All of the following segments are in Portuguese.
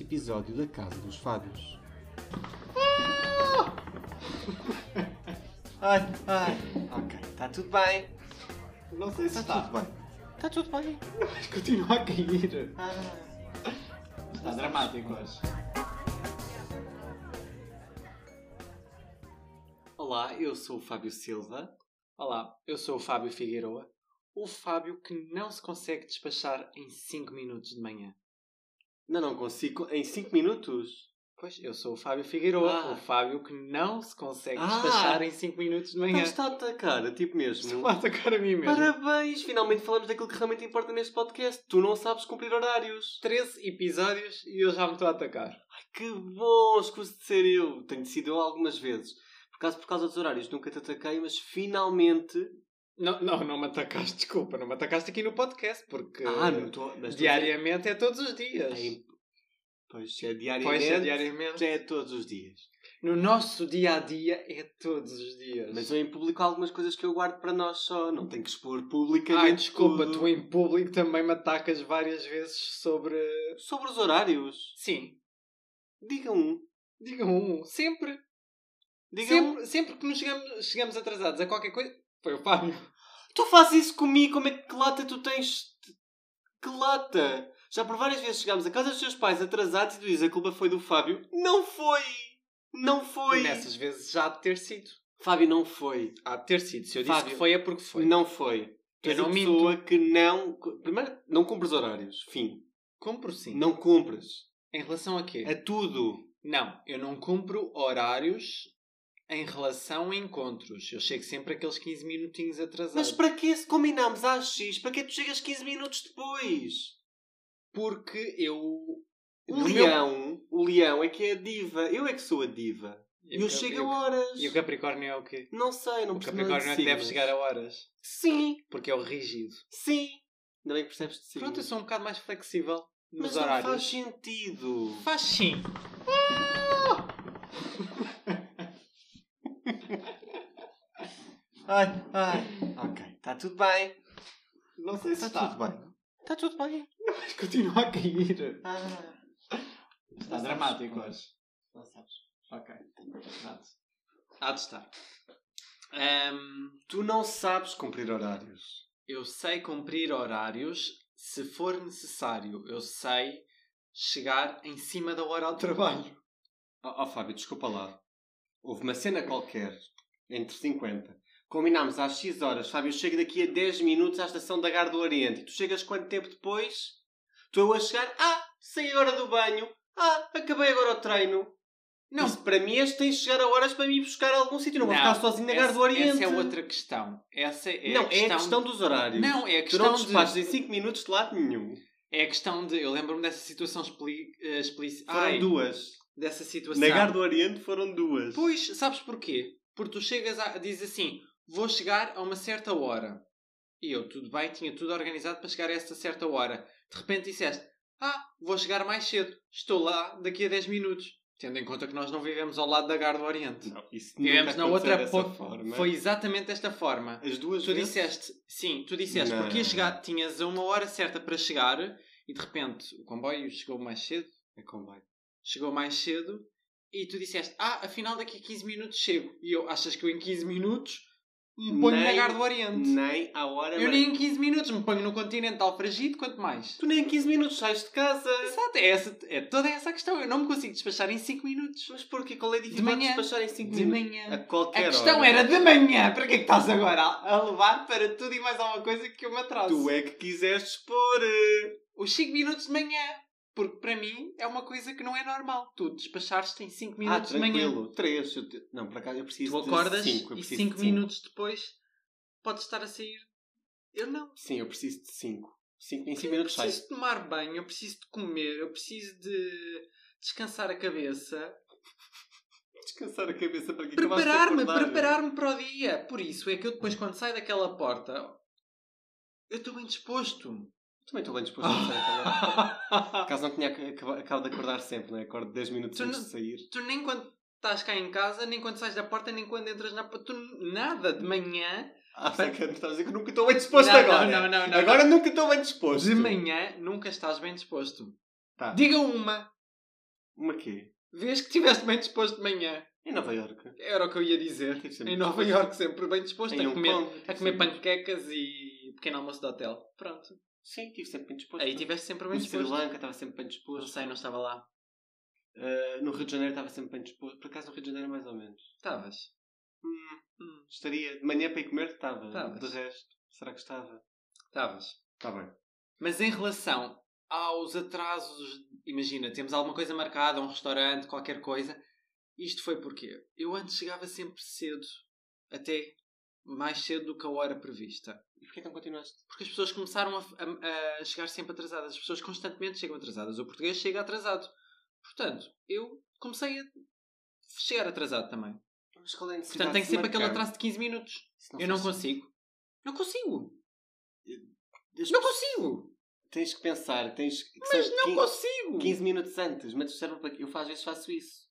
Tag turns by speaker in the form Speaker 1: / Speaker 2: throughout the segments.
Speaker 1: episódio da Casa dos Fados.
Speaker 2: Ah!
Speaker 3: Ai, ai. Ok, está tudo bem.
Speaker 1: Não sei se
Speaker 3: Está
Speaker 1: está,
Speaker 3: tudo bem. Está
Speaker 2: Tá
Speaker 3: tudo bem.
Speaker 1: mas continua a cair.
Speaker 3: Ah.
Speaker 1: Está dramático hoje.
Speaker 3: Olá, eu sou o Fábio Silva. Olá, eu sou o Fábio Figueiroa. O Fábio que não se consegue despachar em 5 minutos de manhã.
Speaker 2: Não, não consigo. Em 5 minutos?
Speaker 3: Pois, eu sou o Fábio Figueiroa,
Speaker 2: Ah.
Speaker 3: o Fábio que não se consegue
Speaker 2: Ah.
Speaker 3: despachar em 5 minutos de manhã.
Speaker 2: Estás-te a atacar, tipo mesmo.
Speaker 3: Estou a atacar a mim mesmo.
Speaker 2: Parabéns! Finalmente falamos daquilo que realmente importa neste podcast. Tu não sabes cumprir horários.
Speaker 3: 13 episódios e eu já me estou a atacar.
Speaker 2: Que bom! Escuso de ser eu. Tenho decidido eu algumas vezes. Por causa, por causa dos horários nunca te ataquei, mas finalmente...
Speaker 3: Não, não, não me atacaste, desculpa, não me atacaste aqui no podcast, porque
Speaker 2: Ah, não estou... Mas tu-
Speaker 3: diariamente é todos os dias.
Speaker 2: É imp- Pois, é diariamente.
Speaker 3: Pois é, diariamente.
Speaker 2: Já é todos os dias.
Speaker 3: No nosso dia a dia é todos os dias.
Speaker 2: Mas eu em público há algumas coisas que eu guardo para nós só. Não tenho que expor publicamente
Speaker 3: Ai, desculpa,
Speaker 2: tudo.
Speaker 3: tu em público também me atacas várias vezes sobre.
Speaker 2: Sobre os horários.
Speaker 3: Sim.
Speaker 2: Diga um.
Speaker 3: Diga um, sempre.
Speaker 2: Diga um.
Speaker 3: sempre, sempre que nos chegamos, chegamos atrasados a qualquer coisa. Foi o Fábio.
Speaker 2: Tu fazes isso comigo, como é que, que lata tu tens? Que lata! Já por várias vezes chegámos à casa dos teus pais atrasados e tu dizes a culpa foi do Fábio. Não foi! Não foi!
Speaker 3: E nessas vezes já há de ter sido.
Speaker 2: Fábio, não foi.
Speaker 3: Há de ter sido. Se eu disse
Speaker 2: Fábio,
Speaker 3: que foi, é porque foi.
Speaker 2: Não foi. Tu
Speaker 3: Eu
Speaker 2: és
Speaker 3: não
Speaker 2: a
Speaker 3: minto.
Speaker 2: pessoa que não. Primeiro, não cumpres horários. Fim.
Speaker 3: Cumpro sim.
Speaker 2: Não cumpres.
Speaker 3: Em relação a quê?
Speaker 2: É tudo.
Speaker 3: Não, eu não cumpro horários em relação a encontros. Eu chego sempre aqueles 15 minutinhos atrasados.
Speaker 2: Mas para que se combinámos às X? Para que é que tu chegas 15 minutos depois?
Speaker 3: Porque eu.
Speaker 2: O
Speaker 3: no meu-
Speaker 2: leão, o leão é que é a diva. Eu é que sou a diva. E eu,
Speaker 3: o Cap-
Speaker 2: chego
Speaker 3: e o-
Speaker 2: a horas.
Speaker 3: E o Capricórnio é o quê?
Speaker 2: Não sei, não percebo nada
Speaker 3: o
Speaker 2: de
Speaker 3: Capricórnio é que deve
Speaker 2: signos.
Speaker 3: chegar a horas.
Speaker 2: Sim,
Speaker 3: Porque é o rígido.
Speaker 2: sim. Ainda bem que percebes de signos.
Speaker 3: Pronto, eu sou um bocado mais flexível nos
Speaker 2: Mas
Speaker 3: horários.
Speaker 2: não faz sentido.
Speaker 3: Faz sim. Ah!
Speaker 1: Ai, ai.
Speaker 2: Ok, está tudo bem.
Speaker 1: Não sei se
Speaker 3: Está
Speaker 1: está,
Speaker 3: Tá tudo
Speaker 1: bem,
Speaker 2: Tá
Speaker 3: Está tudo bem.
Speaker 1: mas continua a cair.
Speaker 3: Ah.
Speaker 1: Está dramático hoje.
Speaker 2: Não sabes.
Speaker 1: Ok. Pronto.
Speaker 3: Há de estar. Ahm,
Speaker 2: Tu não sabes cumprir horários.
Speaker 3: eu sei cumprir horários se for necessário. Eu sei chegar em cima da hora ao trabalho.
Speaker 2: Oh, oh, Fábio, desculpa lá. Houve uma cena qualquer, entre 50. Combinámos às X horas. Fábio, chega daqui a 10 minutos à estação da Gar do Oriente. Tu chegas quanto tempo depois? Estou a chegar. Ah, saí agora do banho. Ah, acabei agora o treino.
Speaker 3: Não.
Speaker 2: Isso para mim este tem que chegar a horas para me ir buscar a algum sítio. Não, vou
Speaker 3: Não,
Speaker 2: ficar sozinho na Gar
Speaker 3: essa-
Speaker 2: do Oriente.
Speaker 3: Essa é outra questão. Essa é
Speaker 2: não,
Speaker 3: a questão...
Speaker 2: é a questão dos horários.
Speaker 3: Não, é a
Speaker 2: tu
Speaker 3: questão
Speaker 2: não
Speaker 3: de-
Speaker 2: despachas em 5 minutos de lado nenhum.
Speaker 3: É a questão de... Eu lembro-me dessa situação expli- eh, explícita.
Speaker 2: Foram
Speaker 3: Ai,
Speaker 2: duas.
Speaker 3: Dessa situação.
Speaker 2: Na Gar do Oriente foram duas.
Speaker 3: Pois, sabes porquê? Porque tu chegas a. diz assim: vou chegar a uma certa hora. E eu, tudo bem, tinha tudo organizado para chegar a essa certa hora. De repente disseste: ah, vou chegar mais cedo, estou lá daqui a 10 minutos. Tendo em conta que nós não vivemos ao lado da Gar do Oriente.
Speaker 2: Não, isso nunca
Speaker 3: Vivemos na
Speaker 2: aconteceu
Speaker 3: outra
Speaker 2: dessa
Speaker 3: ponta.
Speaker 2: forma.
Speaker 3: Foi exatamente desta forma.
Speaker 2: As duas
Speaker 3: Tu
Speaker 2: vezes?
Speaker 3: disseste, sim, tu disseste,
Speaker 2: Não.
Speaker 3: porque ia chegar, tinhas a uma hora certa para chegar e de repente o comboio chegou mais cedo
Speaker 2: É comboio.
Speaker 3: chegou mais cedo e tu disseste, ah, afinal daqui a 15 minutos chego. E eu, achas que eu em 15 minutos me ponho na
Speaker 2: Nem-
Speaker 3: Gar do Oriente?
Speaker 2: Nem à hora.
Speaker 3: Eu nem em 15 minutos me ponho no Continental Fragido, quanto mais.
Speaker 2: Tu nem em 15 minutos sais de casa.
Speaker 3: Exato, é, essa, é toda essa a questão. Eu não me consigo despachar em 5 minutos.
Speaker 2: Mas porquê? Qual é a
Speaker 3: De
Speaker 2: dificuldade de,
Speaker 3: manhã.
Speaker 2: despachar em 5
Speaker 3: De
Speaker 2: minutos?
Speaker 3: manhã.
Speaker 2: A qualquer
Speaker 3: A questão
Speaker 2: hora.
Speaker 3: era de manhã. Para que é que estás agora a a levar para tudo e mais alguma coisa que eu me atraso?
Speaker 2: Tu é que quiseste expor. eh.
Speaker 3: Os 5 minutos de manhã. Porque para mim é uma coisa que não é normal. Tu despachaste em 5
Speaker 2: Ah,
Speaker 3: minutos de manhã.
Speaker 2: tranquilo. 3. Não, por acaso eu preciso
Speaker 3: Tu acordas
Speaker 2: de 5.
Speaker 3: e 5 minutos depois podes estar a sair. Eu não.
Speaker 2: Sim, eu preciso de 5. Em 5 minutos
Speaker 3: Eu
Speaker 2: sais.
Speaker 3: preciso de tomar banho, eu preciso de comer, eu preciso de descansar a cabeça.
Speaker 2: Descansar a cabeça para que acabaste de
Speaker 3: Preparar-me,
Speaker 2: acordar.
Speaker 3: preparar-me para o dia. Por isso é que eu depois quando saio daquela porta, eu estou bem disposto.
Speaker 2: Também estou bem disposto a sair agora. Caso não tinha acaba- acabo de acordar sempre, não é? Acordo 10 minutos
Speaker 3: Tu
Speaker 2: antes
Speaker 3: não-
Speaker 2: de sair.
Speaker 3: tu nem quando estás cá em casa, nem quando sais da porta, nem quando entras na porta, tu nada de manhã.
Speaker 2: Ah, sei que estás a dizer que eu nunca estou bem disposto
Speaker 3: Não, não,
Speaker 2: agora.
Speaker 3: não, não, não.
Speaker 2: agora nunca estou bem disposto.
Speaker 3: De manhã nunca estás bem disposto.
Speaker 2: Tá.
Speaker 3: Diga uma
Speaker 2: Uma quê?
Speaker 3: Vês que estiveste bem disposto de manhã.
Speaker 2: Em Nova Iorque.
Speaker 3: Era o que eu ia dizer.
Speaker 2: Tive sempre
Speaker 3: Em Nova Iorque sempre bem disposto
Speaker 2: Em
Speaker 3: a
Speaker 2: Hong
Speaker 3: comer,
Speaker 2: Kong, tive
Speaker 3: a comer
Speaker 2: sempre-
Speaker 3: panquecas e pequeno almoço de hotel. Pronto.
Speaker 2: Sim, estive sempre bem disposto.
Speaker 3: Aí estiveste sempre bem
Speaker 2: no Sri
Speaker 3: disposto.
Speaker 2: Lanka estava sempre bem
Speaker 3: Não
Speaker 2: disposto.
Speaker 3: sei, não estava lá.
Speaker 2: Ah, no Rio de Janeiro estava sempre bem disposto. Por acaso no Rio de Janeiro mais ou menos.
Speaker 3: Estavas.
Speaker 2: Hum,
Speaker 3: Hum,
Speaker 2: estaria. De manhã para ir comer estava.
Speaker 3: Estavas.
Speaker 2: De resto. Será que estava?
Speaker 3: Estavas.
Speaker 2: Está bem.
Speaker 3: Mas em relação aos atrasos, imagina, temos alguma coisa marcada, um restaurante, qualquer coisa. Isto foi porque eu antes chegava sempre cedo, até mais cedo do que a hora prevista.
Speaker 2: E porquê então continuaste?
Speaker 3: Porque as pessoas começaram a, a- a chegar sempre atrasadas. As pessoas constantemente chegam atrasadas. O português chega atrasado. Portanto, eu comecei a chegar atrasado também.
Speaker 2: Mas qual é a necessidade
Speaker 3: Portanto, tenho
Speaker 2: de
Speaker 3: sempre
Speaker 2: marcar?
Speaker 3: aquele atraso de 15 minutos.
Speaker 2: Isso não
Speaker 3: eu não
Speaker 2: faz
Speaker 3: consigo. Não consigo.
Speaker 2: As
Speaker 3: Não consigo.
Speaker 2: Tens que pensar, tens que.
Speaker 3: Mas
Speaker 2: são
Speaker 3: não
Speaker 2: 15,
Speaker 3: consigo.
Speaker 2: 15 minutos antes, metes o cérebro para. Eu faço- às vezes faço isso.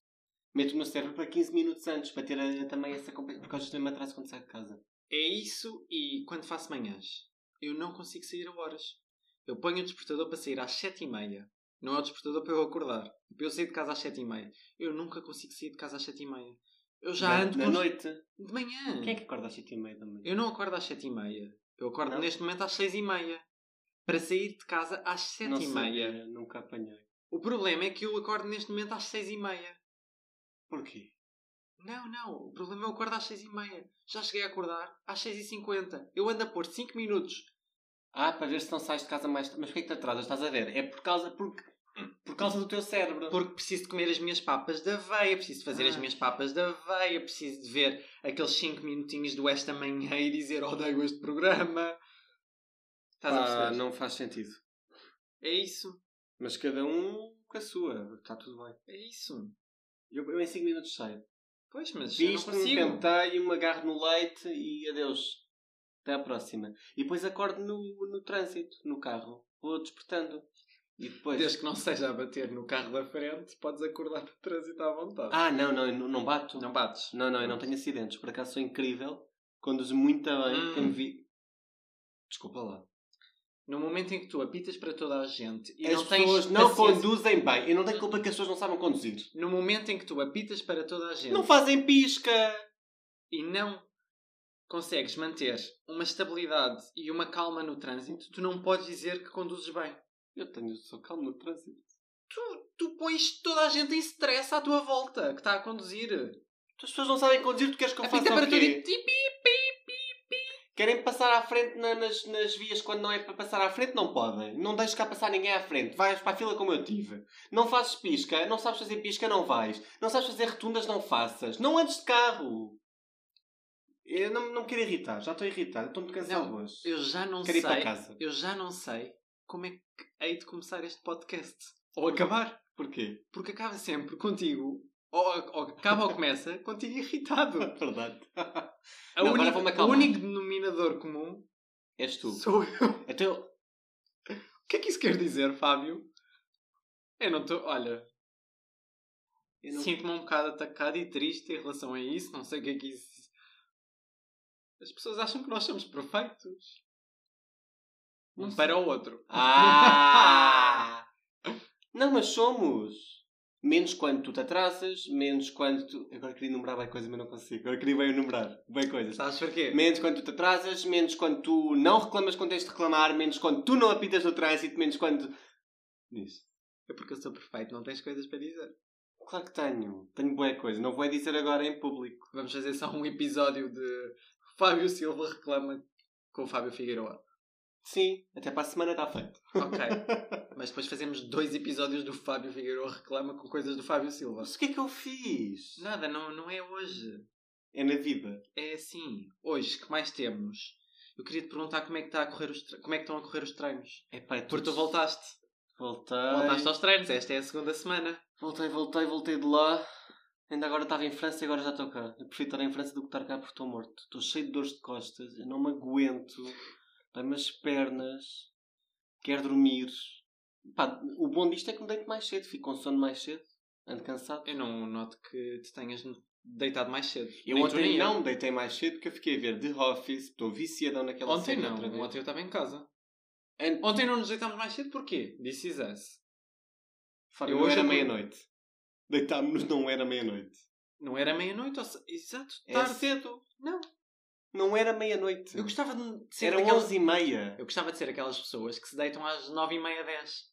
Speaker 2: Meto no cérebro para 15 minutos antes, para ter eh, também essa compensação. Porque às vezes também me atraso quando saio de casa.
Speaker 3: É isso e quando faço manhãs, eu não consigo sair a horas. Eu ponho o despertador para sair às 7h30. Não é o despertador para eu acordar. Para eu sair de casa às 7h30. Eu nunca consigo sair de casa às 7h30. Eu já
Speaker 2: Na-
Speaker 3: ando
Speaker 2: Na
Speaker 3: const-
Speaker 2: noite.
Speaker 3: de manhã.
Speaker 2: Quem é que acorda às 7h30 da manhã?
Speaker 3: Eu não acordo às 7h30. Eu acordo
Speaker 2: Não?
Speaker 3: neste momento às 6h30. Para sair de casa às
Speaker 2: Não
Speaker 3: 7h30.
Speaker 2: sabia, Nunca apanhei.
Speaker 3: O problema é que eu acordo neste momento às 6h30.
Speaker 2: Porquê?
Speaker 3: Não, não. O problema é eu acordo às 6h30. Já cheguei a acordar às 6h50. Eu ando a pôr 5 minutos
Speaker 2: Ah, para ver se não sais de casa mais tarde. Mas porquê que te atrasas? Estás a ver? É por causa. Porque, por causa do teu cérebro.
Speaker 3: Porque preciso de comer as minhas papas da aveia, preciso de fazer as
Speaker 2: Ah.
Speaker 3: minhas papas da aveia, preciso de ver aqueles 5 minutinhos do esta manhã e dizer odeio este programa. Estás a
Speaker 2: Pá,
Speaker 3: perceber?
Speaker 2: não faz sentido.
Speaker 3: É isso,
Speaker 2: Mas cada um com a sua. Está tudo bem.
Speaker 3: é isso.
Speaker 2: Eu, eu em 5 minutos saio.
Speaker 3: Pois, mas eu não
Speaker 2: Visto, me
Speaker 3: consigo.
Speaker 2: pentei, me agarro no leite e adeus. Até à próxima. E depois acordo no, no trânsito, no carro. Vou despertando. E depois.
Speaker 3: Desde que não seja a bater no carro da frente, podes acordar para trânsito à vontade.
Speaker 2: Ah, não, não, eu não, não bato.
Speaker 3: Não bates.
Speaker 2: Não, não, eu não tenho acidentes. Por acaso sou incrível. Conduzo muito bem.
Speaker 3: Hum.
Speaker 2: Quem me vi. Desculpa lá.
Speaker 3: No momento em que tu apitas para toda a gente e
Speaker 2: as
Speaker 3: não tens
Speaker 2: pessoas não
Speaker 3: paciência-
Speaker 2: conduzem bem. Eu não tenho culpa que as pessoas não sabem conduzir.
Speaker 3: No momento em que tu apitas para toda a gente
Speaker 2: Não fazem pisca.
Speaker 3: e não consegues manter uma estabilidade e uma calma no trânsito, tu não podes dizer que conduzes bem.
Speaker 2: Eu tenho, sou calmo no trânsito.
Speaker 3: Tu, tu pões toda a gente em stress à tua volta que está a conduzir.
Speaker 2: As pessoas não sabem conduzir, tu queres que eu faça
Speaker 3: Apita para
Speaker 2: o
Speaker 3: tudo
Speaker 2: quê?
Speaker 3: e tipo,
Speaker 2: Querem passar à frente na- nas, nas vias quando não é para passar à frente? Não podem. Não deixes cá passar ninguém à frente. Vais para a fila como eu tive. Não fazes pisca. Não sabes fazer pisca, não vais. Não sabes fazer rotundas, não faças. Não andes de carro. Eu não, não me quero irritar. Já estou irritado. Estou-me cansado
Speaker 3: Não,
Speaker 2: hoje.
Speaker 3: eu já não
Speaker 2: Quero ir para
Speaker 3: sei.
Speaker 2: casa.
Speaker 3: Eu já não sei como é que hei de começar este podcast. Ou acabar.
Speaker 2: Porquê?
Speaker 3: Porque acaba sempre contigo. Ou, ou acaba ou começa contigo irritado.
Speaker 2: Verdade.
Speaker 3: A
Speaker 2: Não, agora
Speaker 3: única-
Speaker 2: vou-me
Speaker 3: o
Speaker 2: acalmar.
Speaker 3: único denominador comum
Speaker 2: És tu.
Speaker 3: sou eu.
Speaker 2: Então,
Speaker 3: O que é que isso quer dizer, Fábio? Eu não estou. Olha,
Speaker 2: eu não...
Speaker 3: sinto-me um bocado atacado e triste em relação a isso. Não sei o que é que isso. As pessoas acham que nós somos perfeitos. Um
Speaker 2: Não sei.
Speaker 3: para o outro.
Speaker 2: Ah! não, mas somos. Menos quando tu te atrasas, menos quando tu. Agora queria enumerar bem coisas, mas não consigo. Agora queria bem enumerar bem coisas.
Speaker 3: Sabes porquê?
Speaker 2: Menos quando tu te atrasas, menos quando tu não reclamas quando tens de reclamar, menos quando tu não apitas no trânsito, menos quando. Diz.
Speaker 3: É porque eu sou perfeito, não tens coisas para dizer.
Speaker 2: Claro que tenho. Tenho boa coisa. Não vou é dizer agora em público.
Speaker 3: Vamos fazer só um episódio de Fábio Silva reclama com o Fábio Figueiredo.
Speaker 2: Sim, até para a semana está feito.
Speaker 3: Ok. Mas depois fazemos dois episódios do Fábio Figueiredo reclama com coisas do Fábio Silva.
Speaker 2: Mas o que é que eu fiz?
Speaker 3: Nada, não, não é hoje.
Speaker 2: É na vida.
Speaker 3: É assim, hoje que mais temos, eu queria te perguntar como é que, está a correr os tre- como é que estão a correr os treinos.
Speaker 2: É pá,
Speaker 3: Porque tu voltaste.
Speaker 2: Voltei.
Speaker 3: Voltaste aos treinos, esta é a segunda semana.
Speaker 2: Voltei, voltei, voltei de lá. Ainda agora estava em França e agora já estou cá. Eu prefiro estar em França do que estar cá porque estou morto. Estou cheio de dores de costas, eu não me aguento. Dói-me as pernas. Quero dormir. Pá, o bom disto é que me deito mais cedo, fico com sono mais cedo, ando cansado.
Speaker 3: Eu não noto que te tenhas deitado mais cedo.
Speaker 2: Eu
Speaker 3: Nem tu,
Speaker 2: ontem
Speaker 3: nem eu.
Speaker 2: não me deitei mais cedo porque eu fiquei a ver The Office, estou viciadão naquela
Speaker 3: Ontem
Speaker 2: cena
Speaker 3: não,
Speaker 2: outra vez.
Speaker 3: ontem eu estava em casa.
Speaker 2: And-
Speaker 3: Ontem não nos deitámos mais cedo, porquê? This is us.
Speaker 2: Fábio,
Speaker 3: eu
Speaker 2: eu hoje
Speaker 3: hoje
Speaker 2: era
Speaker 3: acor-
Speaker 2: meia-noite. Deitámos-nos, não era meia-noite.
Speaker 3: Não era meia-noite, ou se... exato,
Speaker 2: É
Speaker 3: tarde
Speaker 2: se-
Speaker 3: cedo. Não,
Speaker 2: Não era meia-noite.
Speaker 3: eu gostava de ser
Speaker 2: Eram
Speaker 3: daquelas...
Speaker 2: onze e meia.
Speaker 3: Eu gostava de ser aquelas pessoas que se deitam às nove e meia, dez.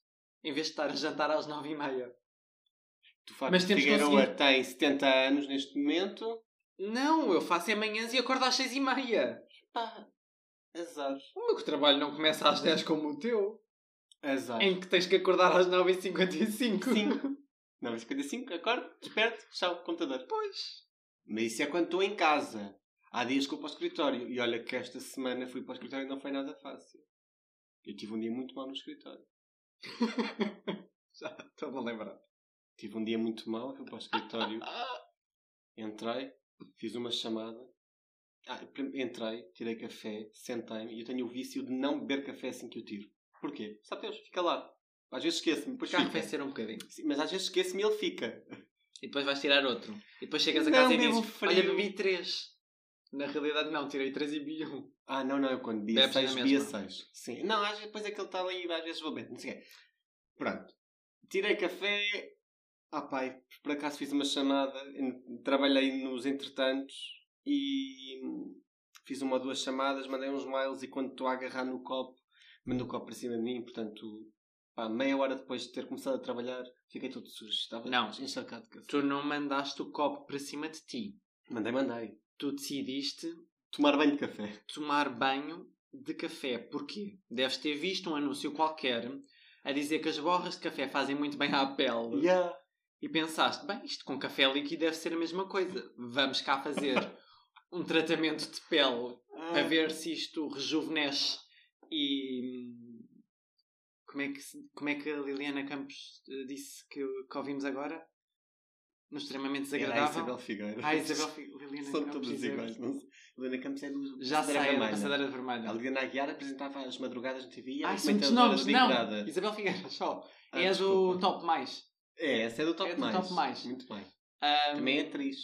Speaker 3: Em vez de estar a jantar às nove e meia.
Speaker 2: Tu Fábio
Speaker 3: Mas temos que
Speaker 2: Figueiroa
Speaker 3: conseguir.
Speaker 2: tem 70 anos neste momento.
Speaker 3: Não, eu faço é manhãs e acordo às seis e meia.
Speaker 2: Pá, azar.
Speaker 3: O meu trabalho não começa às dez como o teu.
Speaker 2: Azar.
Speaker 3: Em que tens que acordar às nove e cinquenta e cinco.
Speaker 2: 5. 9h55, acordo, desperto, tchau, computador.
Speaker 3: Pois.
Speaker 2: Mas isso é quando estou em casa. Há dias que vou para o escritório. E olha que esta semana fui para o escritório e não foi nada fácil. Eu tive um dia muito mau no escritório.
Speaker 3: Já estou-me a lembrar.
Speaker 2: Tive um dia muito mau, fui para o escritório,
Speaker 3: Ah,
Speaker 2: entrei, fiz uma chamada. Ah, prim- entrei, tirei café, sentei-me e eu tenho o vício de não beber café assim que eu tiro. Porquê? Sabe Deus, fica lá. Às vezes esqueço-me, depois
Speaker 3: Porque há
Speaker 2: fica.
Speaker 3: que ser um bocadinho.
Speaker 2: Sim, assim, mas às vezes esqueço-me e ele fica.
Speaker 3: E depois vais tirar outro. E depois chegas a
Speaker 2: Não,
Speaker 3: casa e
Speaker 2: bebo
Speaker 3: dizes:
Speaker 2: frio.
Speaker 3: Olha, bebi três. Na realidade, não, tirei três e bebi um.
Speaker 2: Ah, não, não, eu quando dia
Speaker 3: Bebes na
Speaker 2: 6, dia
Speaker 3: mesma.
Speaker 2: 6. Sim. Não, às vezes, depois é que ele está ali, às vezes vou bem, não sei o quê. Pronto. Tirei café. Ah pai, por acaso fiz uma chamada, en- trabalhei nos entretantos e hum, fiz uma ou duas chamadas, mandei uns mails e quando estou a agarrar no copo, mando o copo para cima de mim, portanto, pá, meia hora depois de ter começado a trabalhar, fiquei todo sujo, estava
Speaker 3: Não.
Speaker 2: encharcado de café.
Speaker 3: Tu não mandaste o copo para cima de ti.
Speaker 2: Mandei, mandei.
Speaker 3: Tu decidiste
Speaker 2: Tomar banho de café.
Speaker 3: tomar banho de café. Porquê? Deves ter visto um anúncio qualquer a dizer que as borras de café fazem muito bem à pele.
Speaker 2: Yeah.
Speaker 3: E pensaste, bem, isto com café líquido deve ser a mesma coisa. Vamos cá fazer um tratamento de pele
Speaker 2: Ah, É.
Speaker 3: para ver se isto rejuvenesce e. hum, Como é que, se- como é que a Liliana Campos eh, disse que, que ouvimos agora? No extremamente
Speaker 2: Era a
Speaker 3: desagradável.
Speaker 2: Isabel Figueiredo.
Speaker 3: Ah, Isabel, Fi- Liliana
Speaker 2: São
Speaker 3: Campos.
Speaker 2: todos
Speaker 3: Isabel.
Speaker 2: iguais. Não sei. Helena Campos é do
Speaker 3: Já
Speaker 2: Passadeira
Speaker 3: sai da
Speaker 2: Vermelha.
Speaker 3: passadeira vermelha.
Speaker 2: A Helena Aguiar apresentava as madrugadas na TV e era
Speaker 3: Ai, são muitos
Speaker 2: comentadora
Speaker 3: nomes,
Speaker 2: do Big
Speaker 3: não.
Speaker 2: Brother.
Speaker 3: Isabel Figueiredo, só.
Speaker 2: Ah,
Speaker 3: é a do
Speaker 2: desculpa.
Speaker 3: Top Mais.
Speaker 2: É, essa é do Top
Speaker 3: É do
Speaker 2: Mais.
Speaker 3: Top Mais.
Speaker 2: Muito bem.
Speaker 3: Ahm,
Speaker 2: Também é atriz.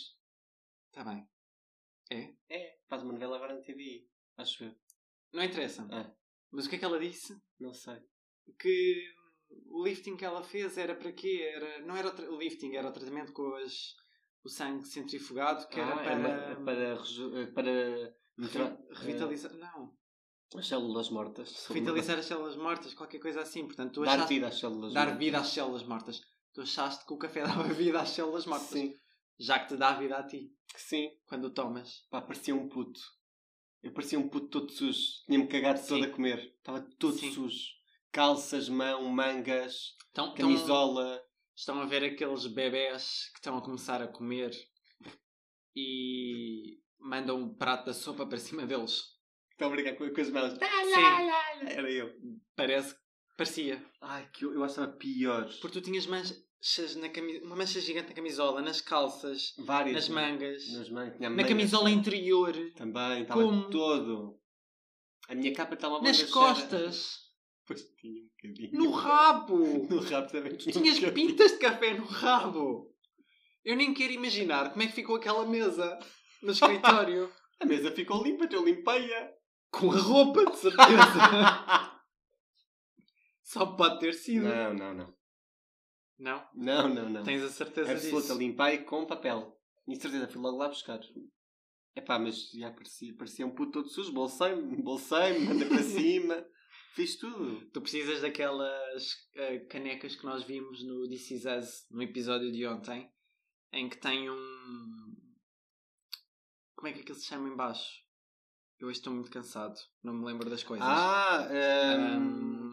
Speaker 3: Tá bem.
Speaker 2: É, faz uma novela agora na TV. Acho eu.
Speaker 3: Não interessa.
Speaker 2: Ah.
Speaker 3: Mas o que é que ela disse?
Speaker 2: Não sei.
Speaker 3: Que o lifting que ela fez era para quê? Era... Não era o tra- o lifting, era o tratamento com as... o sangue centrifugado que era
Speaker 2: Ah,
Speaker 3: para...
Speaker 2: é uma- é. para, reju- eh, para metra-
Speaker 3: re- Revitalizar, não,
Speaker 2: eh, as células mortas.
Speaker 3: revitalizar as células mortas, qualquer coisa assim. Portanto, tu
Speaker 2: Dar
Speaker 3: achaste
Speaker 2: vida às células
Speaker 3: dar
Speaker 2: mortas.
Speaker 3: vida às células mortas. Tu achaste que o café dava vida às células mortas,
Speaker 2: Sim.
Speaker 3: já que te dá vida a ti
Speaker 2: Sim.
Speaker 3: quando o tomas.
Speaker 2: Pá, parecia um puto. Eu parecia um puto todo sujo. Tinha-me cagado todo
Speaker 3: Sim.
Speaker 2: a comer. Estava todo
Speaker 3: Sim.
Speaker 2: sujo. Calças, mão, mangas,
Speaker 3: Então, então-
Speaker 2: camisola.
Speaker 3: Estão a ver aqueles bebés que estão a começar a comer e mandam um prato da sopa para cima deles.
Speaker 2: Estão a brincar com, com as mãos.
Speaker 3: Sim,
Speaker 2: Era eu.
Speaker 3: parece, parecia.
Speaker 2: Ai, que eu, eu achava pior.
Speaker 3: Porque tu tinhas manchas na cami- uma mancha gigante na camisola, nas calças,
Speaker 2: Várias.
Speaker 3: nas mangas,
Speaker 2: Nas mangas. Tinha
Speaker 3: na
Speaker 2: mangas.
Speaker 3: camisola interior,
Speaker 2: Também. Estava
Speaker 3: Como?
Speaker 2: todo. A minha capa estava uma
Speaker 3: nas
Speaker 2: mangacheira.
Speaker 3: costas,
Speaker 2: Pois tinha um bocadinho.
Speaker 3: no rabo.
Speaker 2: No rabo também.
Speaker 3: Tu tinhas pintas de café no rabo. Eu nem quero imaginar como é que ficou aquela mesa no escritório.
Speaker 2: A mesa ficou limpa, eu limpei-a.
Speaker 3: Com a roupa, de certeza. é? Só pode ter sido.
Speaker 2: não, não, não.
Speaker 3: Não?
Speaker 2: Não, não, não.
Speaker 3: Tens a certeza
Speaker 2: absoluta,
Speaker 3: disso?
Speaker 2: limpei com papel. E de certeza, fui logo lá buscar. Epá, mas já parecia, parecia um puto todo sujo. Bolsei-me, bolsei-me, mandei para cima. Fiz tudo.
Speaker 3: Tu precisas daquelas eh, canecas que nós vimos no This Is Us, no episódio de ontem, em que tem um... Como é que aquilo se chama em baixo? Eu hoje estou muito cansado, não me lembro das coisas.
Speaker 2: Ah, hum,
Speaker 3: Ahm,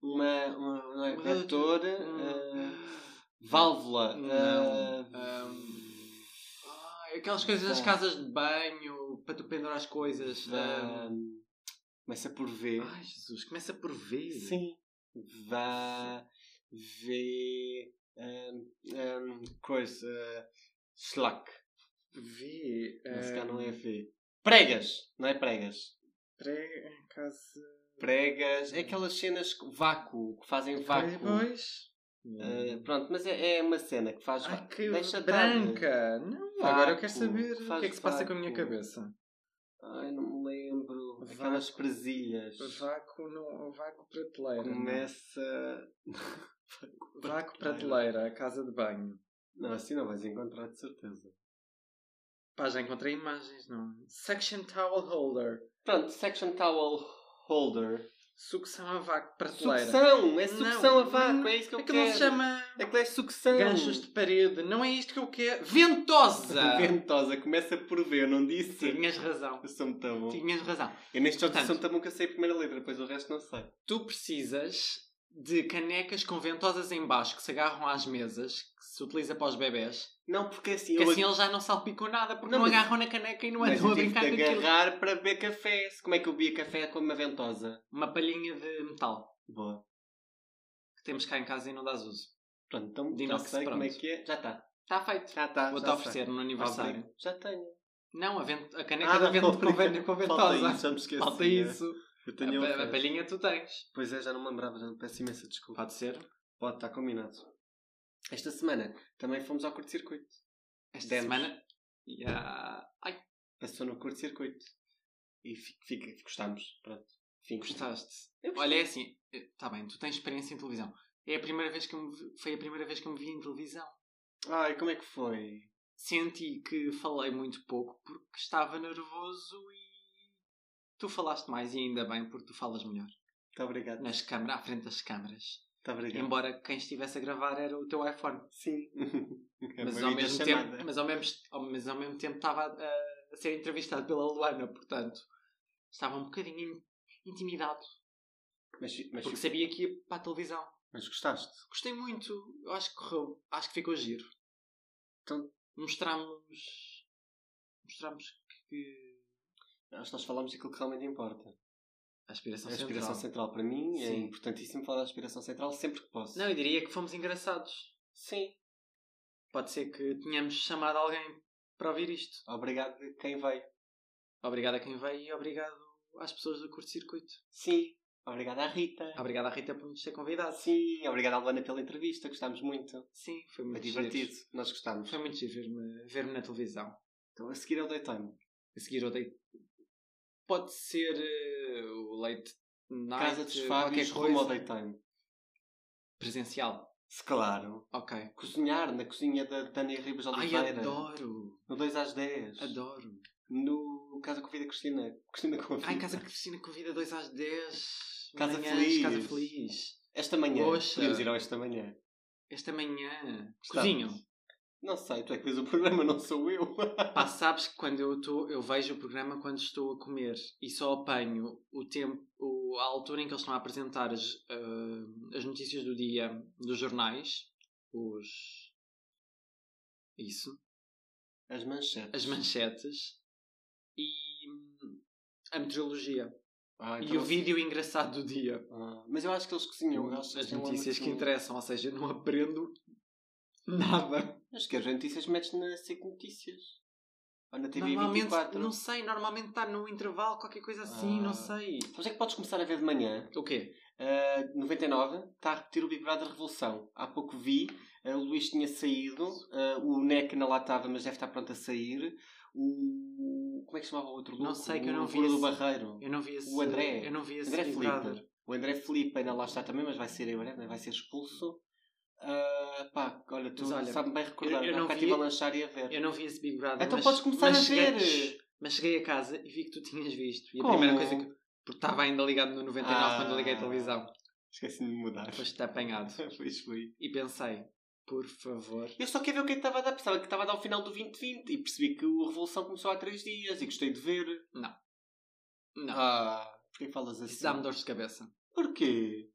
Speaker 2: uma, uma, não é,
Speaker 3: é. uma-
Speaker 2: vetor,
Speaker 3: hum.
Speaker 2: ah, válvula.
Speaker 3: Não,
Speaker 2: ah,
Speaker 3: hum, ah, aquelas coisas das casas de banho, para tu pendurar as coisas.
Speaker 2: ah,
Speaker 3: ahm.
Speaker 2: começa por V.
Speaker 3: Ai, Jesus, começa por ver.
Speaker 2: Sim. Vá ver hum, hum, coisa eh, slack.
Speaker 3: Ver.
Speaker 2: Mas se
Speaker 3: ahm,
Speaker 2: cá não é V. Pregas, não é pregas.
Speaker 3: pré- em casa-
Speaker 2: Pregas, é aquelas cenas que- vácuo, que fazem vácuo.
Speaker 3: Playboys?
Speaker 2: Ah, pronto, mas é, é uma cena que faz
Speaker 3: Eh, Ai,
Speaker 2: vácuo.
Speaker 3: que
Speaker 2: Deixa estar. né?
Speaker 3: branca! Não, agora eu quero
Speaker 2: Vácuo.
Speaker 3: saber o
Speaker 2: Faz
Speaker 3: que é que se passa com a minha
Speaker 2: vácuo.
Speaker 3: cabeça.
Speaker 2: Ai, não me lembro. Aquelas
Speaker 3: Vácuo.
Speaker 2: presilhas.
Speaker 3: Vácuo, não, vácuo prateleira. né?
Speaker 2: Começa.
Speaker 3: Vácuo prateleira, a casa de banho.
Speaker 2: Não, assim não vais encontrar de certeza.
Speaker 3: Pá, já encontrei imagens, não. Suction towel holder.
Speaker 2: Pronto, section towel holder.
Speaker 3: Sucção a vácuo, prateleira.
Speaker 2: Sucção! É sucção
Speaker 3: Não,
Speaker 2: a vácuo,
Speaker 3: não,
Speaker 2: é isso que eu
Speaker 3: Aquilo não
Speaker 2: quero.
Speaker 3: se chama
Speaker 2: Aquilo é sucção.
Speaker 3: ganchos de parede. Não é isto que eu quero. Ventosa!
Speaker 2: Ventosa, começa por V, eu não disse.
Speaker 3: Tinhas razão.
Speaker 2: Eu sou muito bom.
Speaker 3: Tinhas razão.
Speaker 2: Eu neste jogo
Speaker 3: Portanto-
Speaker 2: sou muito bom que eu sei a primeira letra, depois o resto não sei.
Speaker 3: Tu precisas de canecas com ventosas em baixo que se agarram às mesas, que se utiliza para os bebés.
Speaker 2: Não, porque assim...
Speaker 3: Porque
Speaker 2: eu
Speaker 3: assim eles já não salpicam nada, porque
Speaker 2: Não,
Speaker 3: não,
Speaker 2: mas-
Speaker 3: agarram na caneca e não
Speaker 2: Mas
Speaker 3: andam a
Speaker 2: eu tive
Speaker 3: brincar com
Speaker 2: que
Speaker 3: aquilo.
Speaker 2: agarrar para beber café. Como é que eu bebia café com uma ventosa?
Speaker 3: Uma palhinha de metal
Speaker 2: Boa.
Speaker 3: que temos cá em casa e não dás uso.
Speaker 2: Pronto, então já
Speaker 3: Dinox,
Speaker 2: sei como é
Speaker 3: pronto.
Speaker 2: que é. Já está.
Speaker 3: Está feito.
Speaker 2: Já está.
Speaker 3: Vou-te oferecer no aniversário.
Speaker 2: Já tenho.
Speaker 3: Não, a, vent- a caneca da vento
Speaker 2: Ah, não,
Speaker 3: com, ven- com ventosa.
Speaker 2: Falta isso, já me esqueci. é.
Speaker 3: Falta isso.
Speaker 2: Eu
Speaker 3: A,
Speaker 2: tenho
Speaker 3: pa- a
Speaker 2: um
Speaker 3: palhinha tu tens.
Speaker 2: Pois é, já não me lembrava. Já peço imensa desculpa.
Speaker 3: Pode ser.
Speaker 2: Pode, está combinado. Esta semana também fomos ao curto-circuito.
Speaker 3: Esta
Speaker 2: Demos.
Speaker 3: semana. E a- Ai,
Speaker 2: Passou no curto-circuito. E fica, fica, gostámos. Pronto. Enfim,
Speaker 3: gostaste.
Speaker 2: Eu gostei.
Speaker 3: Olha, é assim. Está bem, tu tens experiência em televisão. É a primeira vez que eu me vi- Foi a primeira vez que eu me vi em televisão.
Speaker 2: Ai, como é que foi?
Speaker 3: Senti que falei muito pouco porque estava nervoso e. Tu falaste mais e ainda bem porque tu falas melhor.
Speaker 2: Muito obrigado.
Speaker 3: Nas câmaras, à frente das câmaras.
Speaker 2: Muito obrigado.
Speaker 3: Embora quem estivesse a gravar era o teu iPhone.
Speaker 2: Sim. É
Speaker 3: mas,
Speaker 2: uma
Speaker 3: ao mesmo
Speaker 2: videochamada.
Speaker 3: tempo, mas, ao mesmo, ao- mas ao mesmo tempo estava a, a ser entrevistado pela Luana, portanto estava um bocadinho in- intimidado
Speaker 2: Mas, mas, tipo,
Speaker 3: porque sabia que ia para a televisão.
Speaker 2: mas gostaste?
Speaker 3: Gostei muito, eu acho que correu, acho que ficou giro.
Speaker 2: Então-
Speaker 3: mostramos mostramos que
Speaker 2: Nós, nós falamos daquilo que realmente importa.
Speaker 3: a aspiração,
Speaker 2: a aspiração
Speaker 3: central.
Speaker 2: central, para mim é
Speaker 3: Sim.
Speaker 2: importantíssimo falar da aspiração central sempre que posso.
Speaker 3: Não, eu diria que fomos engraçados.
Speaker 2: Sim.
Speaker 3: Pode ser que tenhamos chamado alguém para ouvir isto.
Speaker 2: Obrigado a quem veio.
Speaker 3: Obrigado a quem veio e obrigado às pessoas do curto-circuito.
Speaker 2: Sim. Obrigado à Rita.
Speaker 3: Obrigado à Rita por nos ter convidado.
Speaker 2: Sim. Obrigado à Luana pela entrevista. Gostámos muito.
Speaker 3: Sim,
Speaker 2: Foi
Speaker 3: foi muito
Speaker 2: É divertido.
Speaker 3: giro.
Speaker 2: Nós gostámos.
Speaker 3: Foi muito giro ver-me ver na televisão.
Speaker 2: Então a seguir é o daytime.
Speaker 3: A seguir eu dei. Pode ser eh, o late night,
Speaker 2: Casa dos
Speaker 3: eh,
Speaker 2: Fábios
Speaker 3: qualquer
Speaker 2: rumo ao
Speaker 3: coisa.
Speaker 2: daytime.
Speaker 3: Presencial.
Speaker 2: Se claro.
Speaker 3: Ok.
Speaker 2: Cozinhar na cozinha da Tânia Ribas
Speaker 3: Ai,
Speaker 2: Oliveira.
Speaker 3: adoro!
Speaker 2: No 2 às 10.
Speaker 3: Adoro!
Speaker 2: No Casa Convida Cristina. Cristina Convida.
Speaker 3: Ai, Casa Cristina convida 2 às 10.
Speaker 2: Casa
Speaker 3: manhãs,
Speaker 2: Feliz.
Speaker 3: Casa Feliz.
Speaker 2: Esta manhã.
Speaker 3: Poxa.
Speaker 2: Podíamos ir ao esta manhã.
Speaker 3: Esta manhã.
Speaker 2: Gostava.
Speaker 3: Cozinho.
Speaker 2: Não sei, tu é que vês o programa, não sou eu.
Speaker 3: Pá, sabes que quando eu estou, eu vejo o programa quando estou a comer e só apanho o tempo, o- a altura em que eles estão a apresentar as, ah, as notícias do dia dos jornais, os. Isso,
Speaker 2: As manchetes.
Speaker 3: as manchetes e hum, a meteorologia.
Speaker 2: Ah, então
Speaker 3: e o
Speaker 2: não sei.
Speaker 3: vídeo engraçado do dia.
Speaker 2: Ah, mas eu acho que eles cozinham. Eu acho que eles
Speaker 3: as
Speaker 2: têm um
Speaker 3: notícias que
Speaker 2: almoço.
Speaker 3: interessam, ou seja, eu não aprendo nada.
Speaker 2: Mas que as notícias metes na SIC Notícias. Ou na TV
Speaker 3: Normalmente,
Speaker 2: 24.
Speaker 3: não sei, normalmente está no intervalo, qualquer coisa assim,
Speaker 2: Ah.
Speaker 3: não sei. Então,
Speaker 2: Sabes é que podes começar a ver de manhã?
Speaker 3: O quê?
Speaker 2: Ah, 99 está a repetir o Big Brother Revolução. Há pouco vi, ah, o Luís tinha saído, ah, o NEC ainda lá estava, mas deve estar pronto a sair. O. Como é que se chamava o outro
Speaker 3: Não
Speaker 2: louco?
Speaker 3: sei, que eu
Speaker 2: O
Speaker 3: não vi
Speaker 2: Fura do
Speaker 3: esse.
Speaker 2: Barreiro.
Speaker 3: Eu não vi esse.
Speaker 2: O André.
Speaker 3: Eu não vi esse
Speaker 2: André
Speaker 3: Big
Speaker 2: Filipe.
Speaker 3: Brother.
Speaker 2: O André Felipe ainda lá está também, mas vai ser em breve, né? vai ser expulso. Ah, pá, olha, tu
Speaker 3: Mas olha,
Speaker 2: sabe bem recordar.
Speaker 3: eu- eu
Speaker 2: Eu,
Speaker 3: não
Speaker 2: não
Speaker 3: vi-
Speaker 2: estive a lanchar e a ver.
Speaker 3: Eu não vi esse Big Brother.
Speaker 2: Então
Speaker 3: mas-
Speaker 2: podes começar
Speaker 3: mas
Speaker 2: a ver.
Speaker 3: Cheguei, mas cheguei a casa e vi que tu tinhas visto. E a
Speaker 2: Como?
Speaker 3: primeira coisa que. Porque estava ainda ligado no 99
Speaker 2: Ah.
Speaker 3: quando liguei a televisão.
Speaker 2: Esqueci-me de mudar.
Speaker 3: Depois de ter apanhado.
Speaker 2: Pois foi.
Speaker 3: E pensei, por favor.
Speaker 2: Eu só queria ver o que é que estava a dar. Pensava que estava a dar o final do 2020 e percebi que o Revolução começou há 3 dias e gostei de ver.
Speaker 3: Não.
Speaker 2: Ah, porquê que falas assim?
Speaker 3: Isso dá-me dores de cabeça.
Speaker 2: Porquê?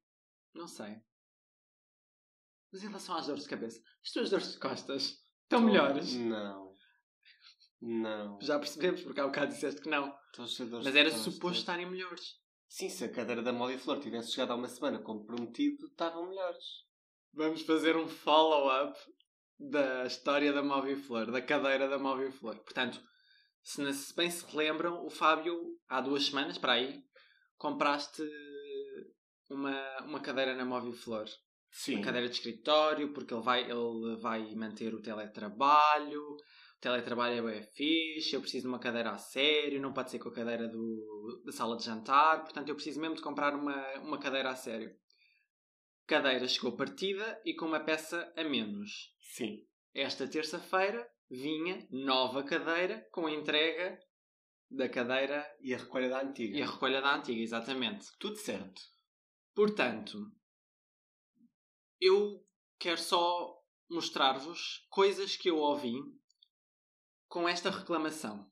Speaker 3: Não sei. Mas em relação às dores de cabeça, as tuas dores de costas estão melhores.
Speaker 2: Não. Não.
Speaker 3: Já percebemos, porque há bocado disseste que não.
Speaker 2: Estou cheio de dores
Speaker 3: Mas
Speaker 2: de
Speaker 3: era
Speaker 2: costas.
Speaker 3: suposto estarem melhores.
Speaker 2: Sim, se a cadeira da Móvel Flor tivesse chegado há uma semana como prometido, estavam melhores.
Speaker 3: Vamos fazer um follow-up da história da Móvel Flor, da cadeira da Móvel Flor. Portanto, se não- se bem se lembram, o Fábio, há duas semanas, para aí, compraste uma, uma cadeira na Móvel Flor.
Speaker 2: Sim.
Speaker 3: uma cadeira de escritório, porque ele vai, ele vai manter o teletrabalho, o teletrabalho é bem fixe, eu preciso de uma cadeira a sério, não pode ser com a cadeira do, da sala de jantar, portanto eu preciso mesmo de comprar uma, uma cadeira a sério. Cadeira chegou partida e com uma peça a menos.
Speaker 2: Sim.
Speaker 3: Esta terça-feira vinha nova cadeira com a entrega da cadeira
Speaker 2: E a recolha da antiga.
Speaker 3: e a recolha da antiga, exatamente.
Speaker 2: Tudo certo.
Speaker 3: Portanto, eu quero só mostrar-vos coisas que eu ouvi com esta reclamação.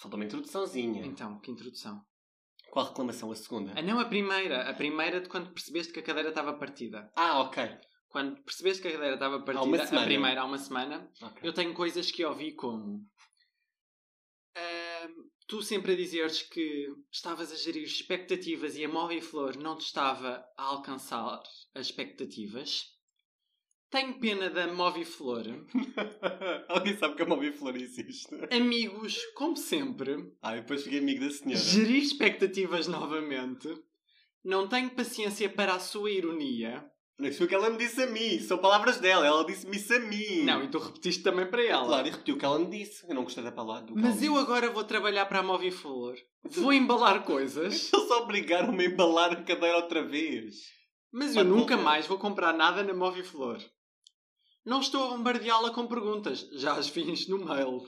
Speaker 2: Falta uma introduçãozinha.
Speaker 3: Então, que introdução.
Speaker 2: Qual reclamação? A segunda?
Speaker 3: Ah, não a primeira. A primeira de quando percebeste que a cadeira estava partida.
Speaker 2: Ah, ok.
Speaker 3: Quando percebeste que a cadeira estava
Speaker 2: uma
Speaker 3: partida, a
Speaker 2: semana.
Speaker 3: primeira há uma semana,
Speaker 2: Ok.
Speaker 3: eu tenho coisas que ouvi como. ah, tu sempre a dizeres que estavas a gerir expectativas e a Móvel e Flor não te estava a alcançar as expectativas. Tenho pena da Móvel e Flor.
Speaker 2: Alguém sabe que a Móvel Flor existe.
Speaker 3: Amigos, como sempre,
Speaker 2: Ah, eu depois fiquei amigo da senhora.
Speaker 3: gerir expectativas novamente. Não tenho paciência para a sua ironia.
Speaker 2: Não foi o que ela me disse a mim. São palavras dela. Ela disse-me isso a mim.
Speaker 3: Não, e tu repetiste também para ela.
Speaker 2: Hum. Claro, e repetiu o que ela me disse. Eu não gostei da palavra. do que
Speaker 3: Mas
Speaker 2: ela
Speaker 3: eu
Speaker 2: me
Speaker 3: agora vou trabalhar para a Móvel Flor. Vou embalar coisas,
Speaker 2: disse. Eles obrigaram-me a embalar a cadeira outra vez.
Speaker 3: mas eu nunca mais vou comprar nada na Móvel Flor. Não estou a bombardeá-la com perguntas, já as fiz no mail.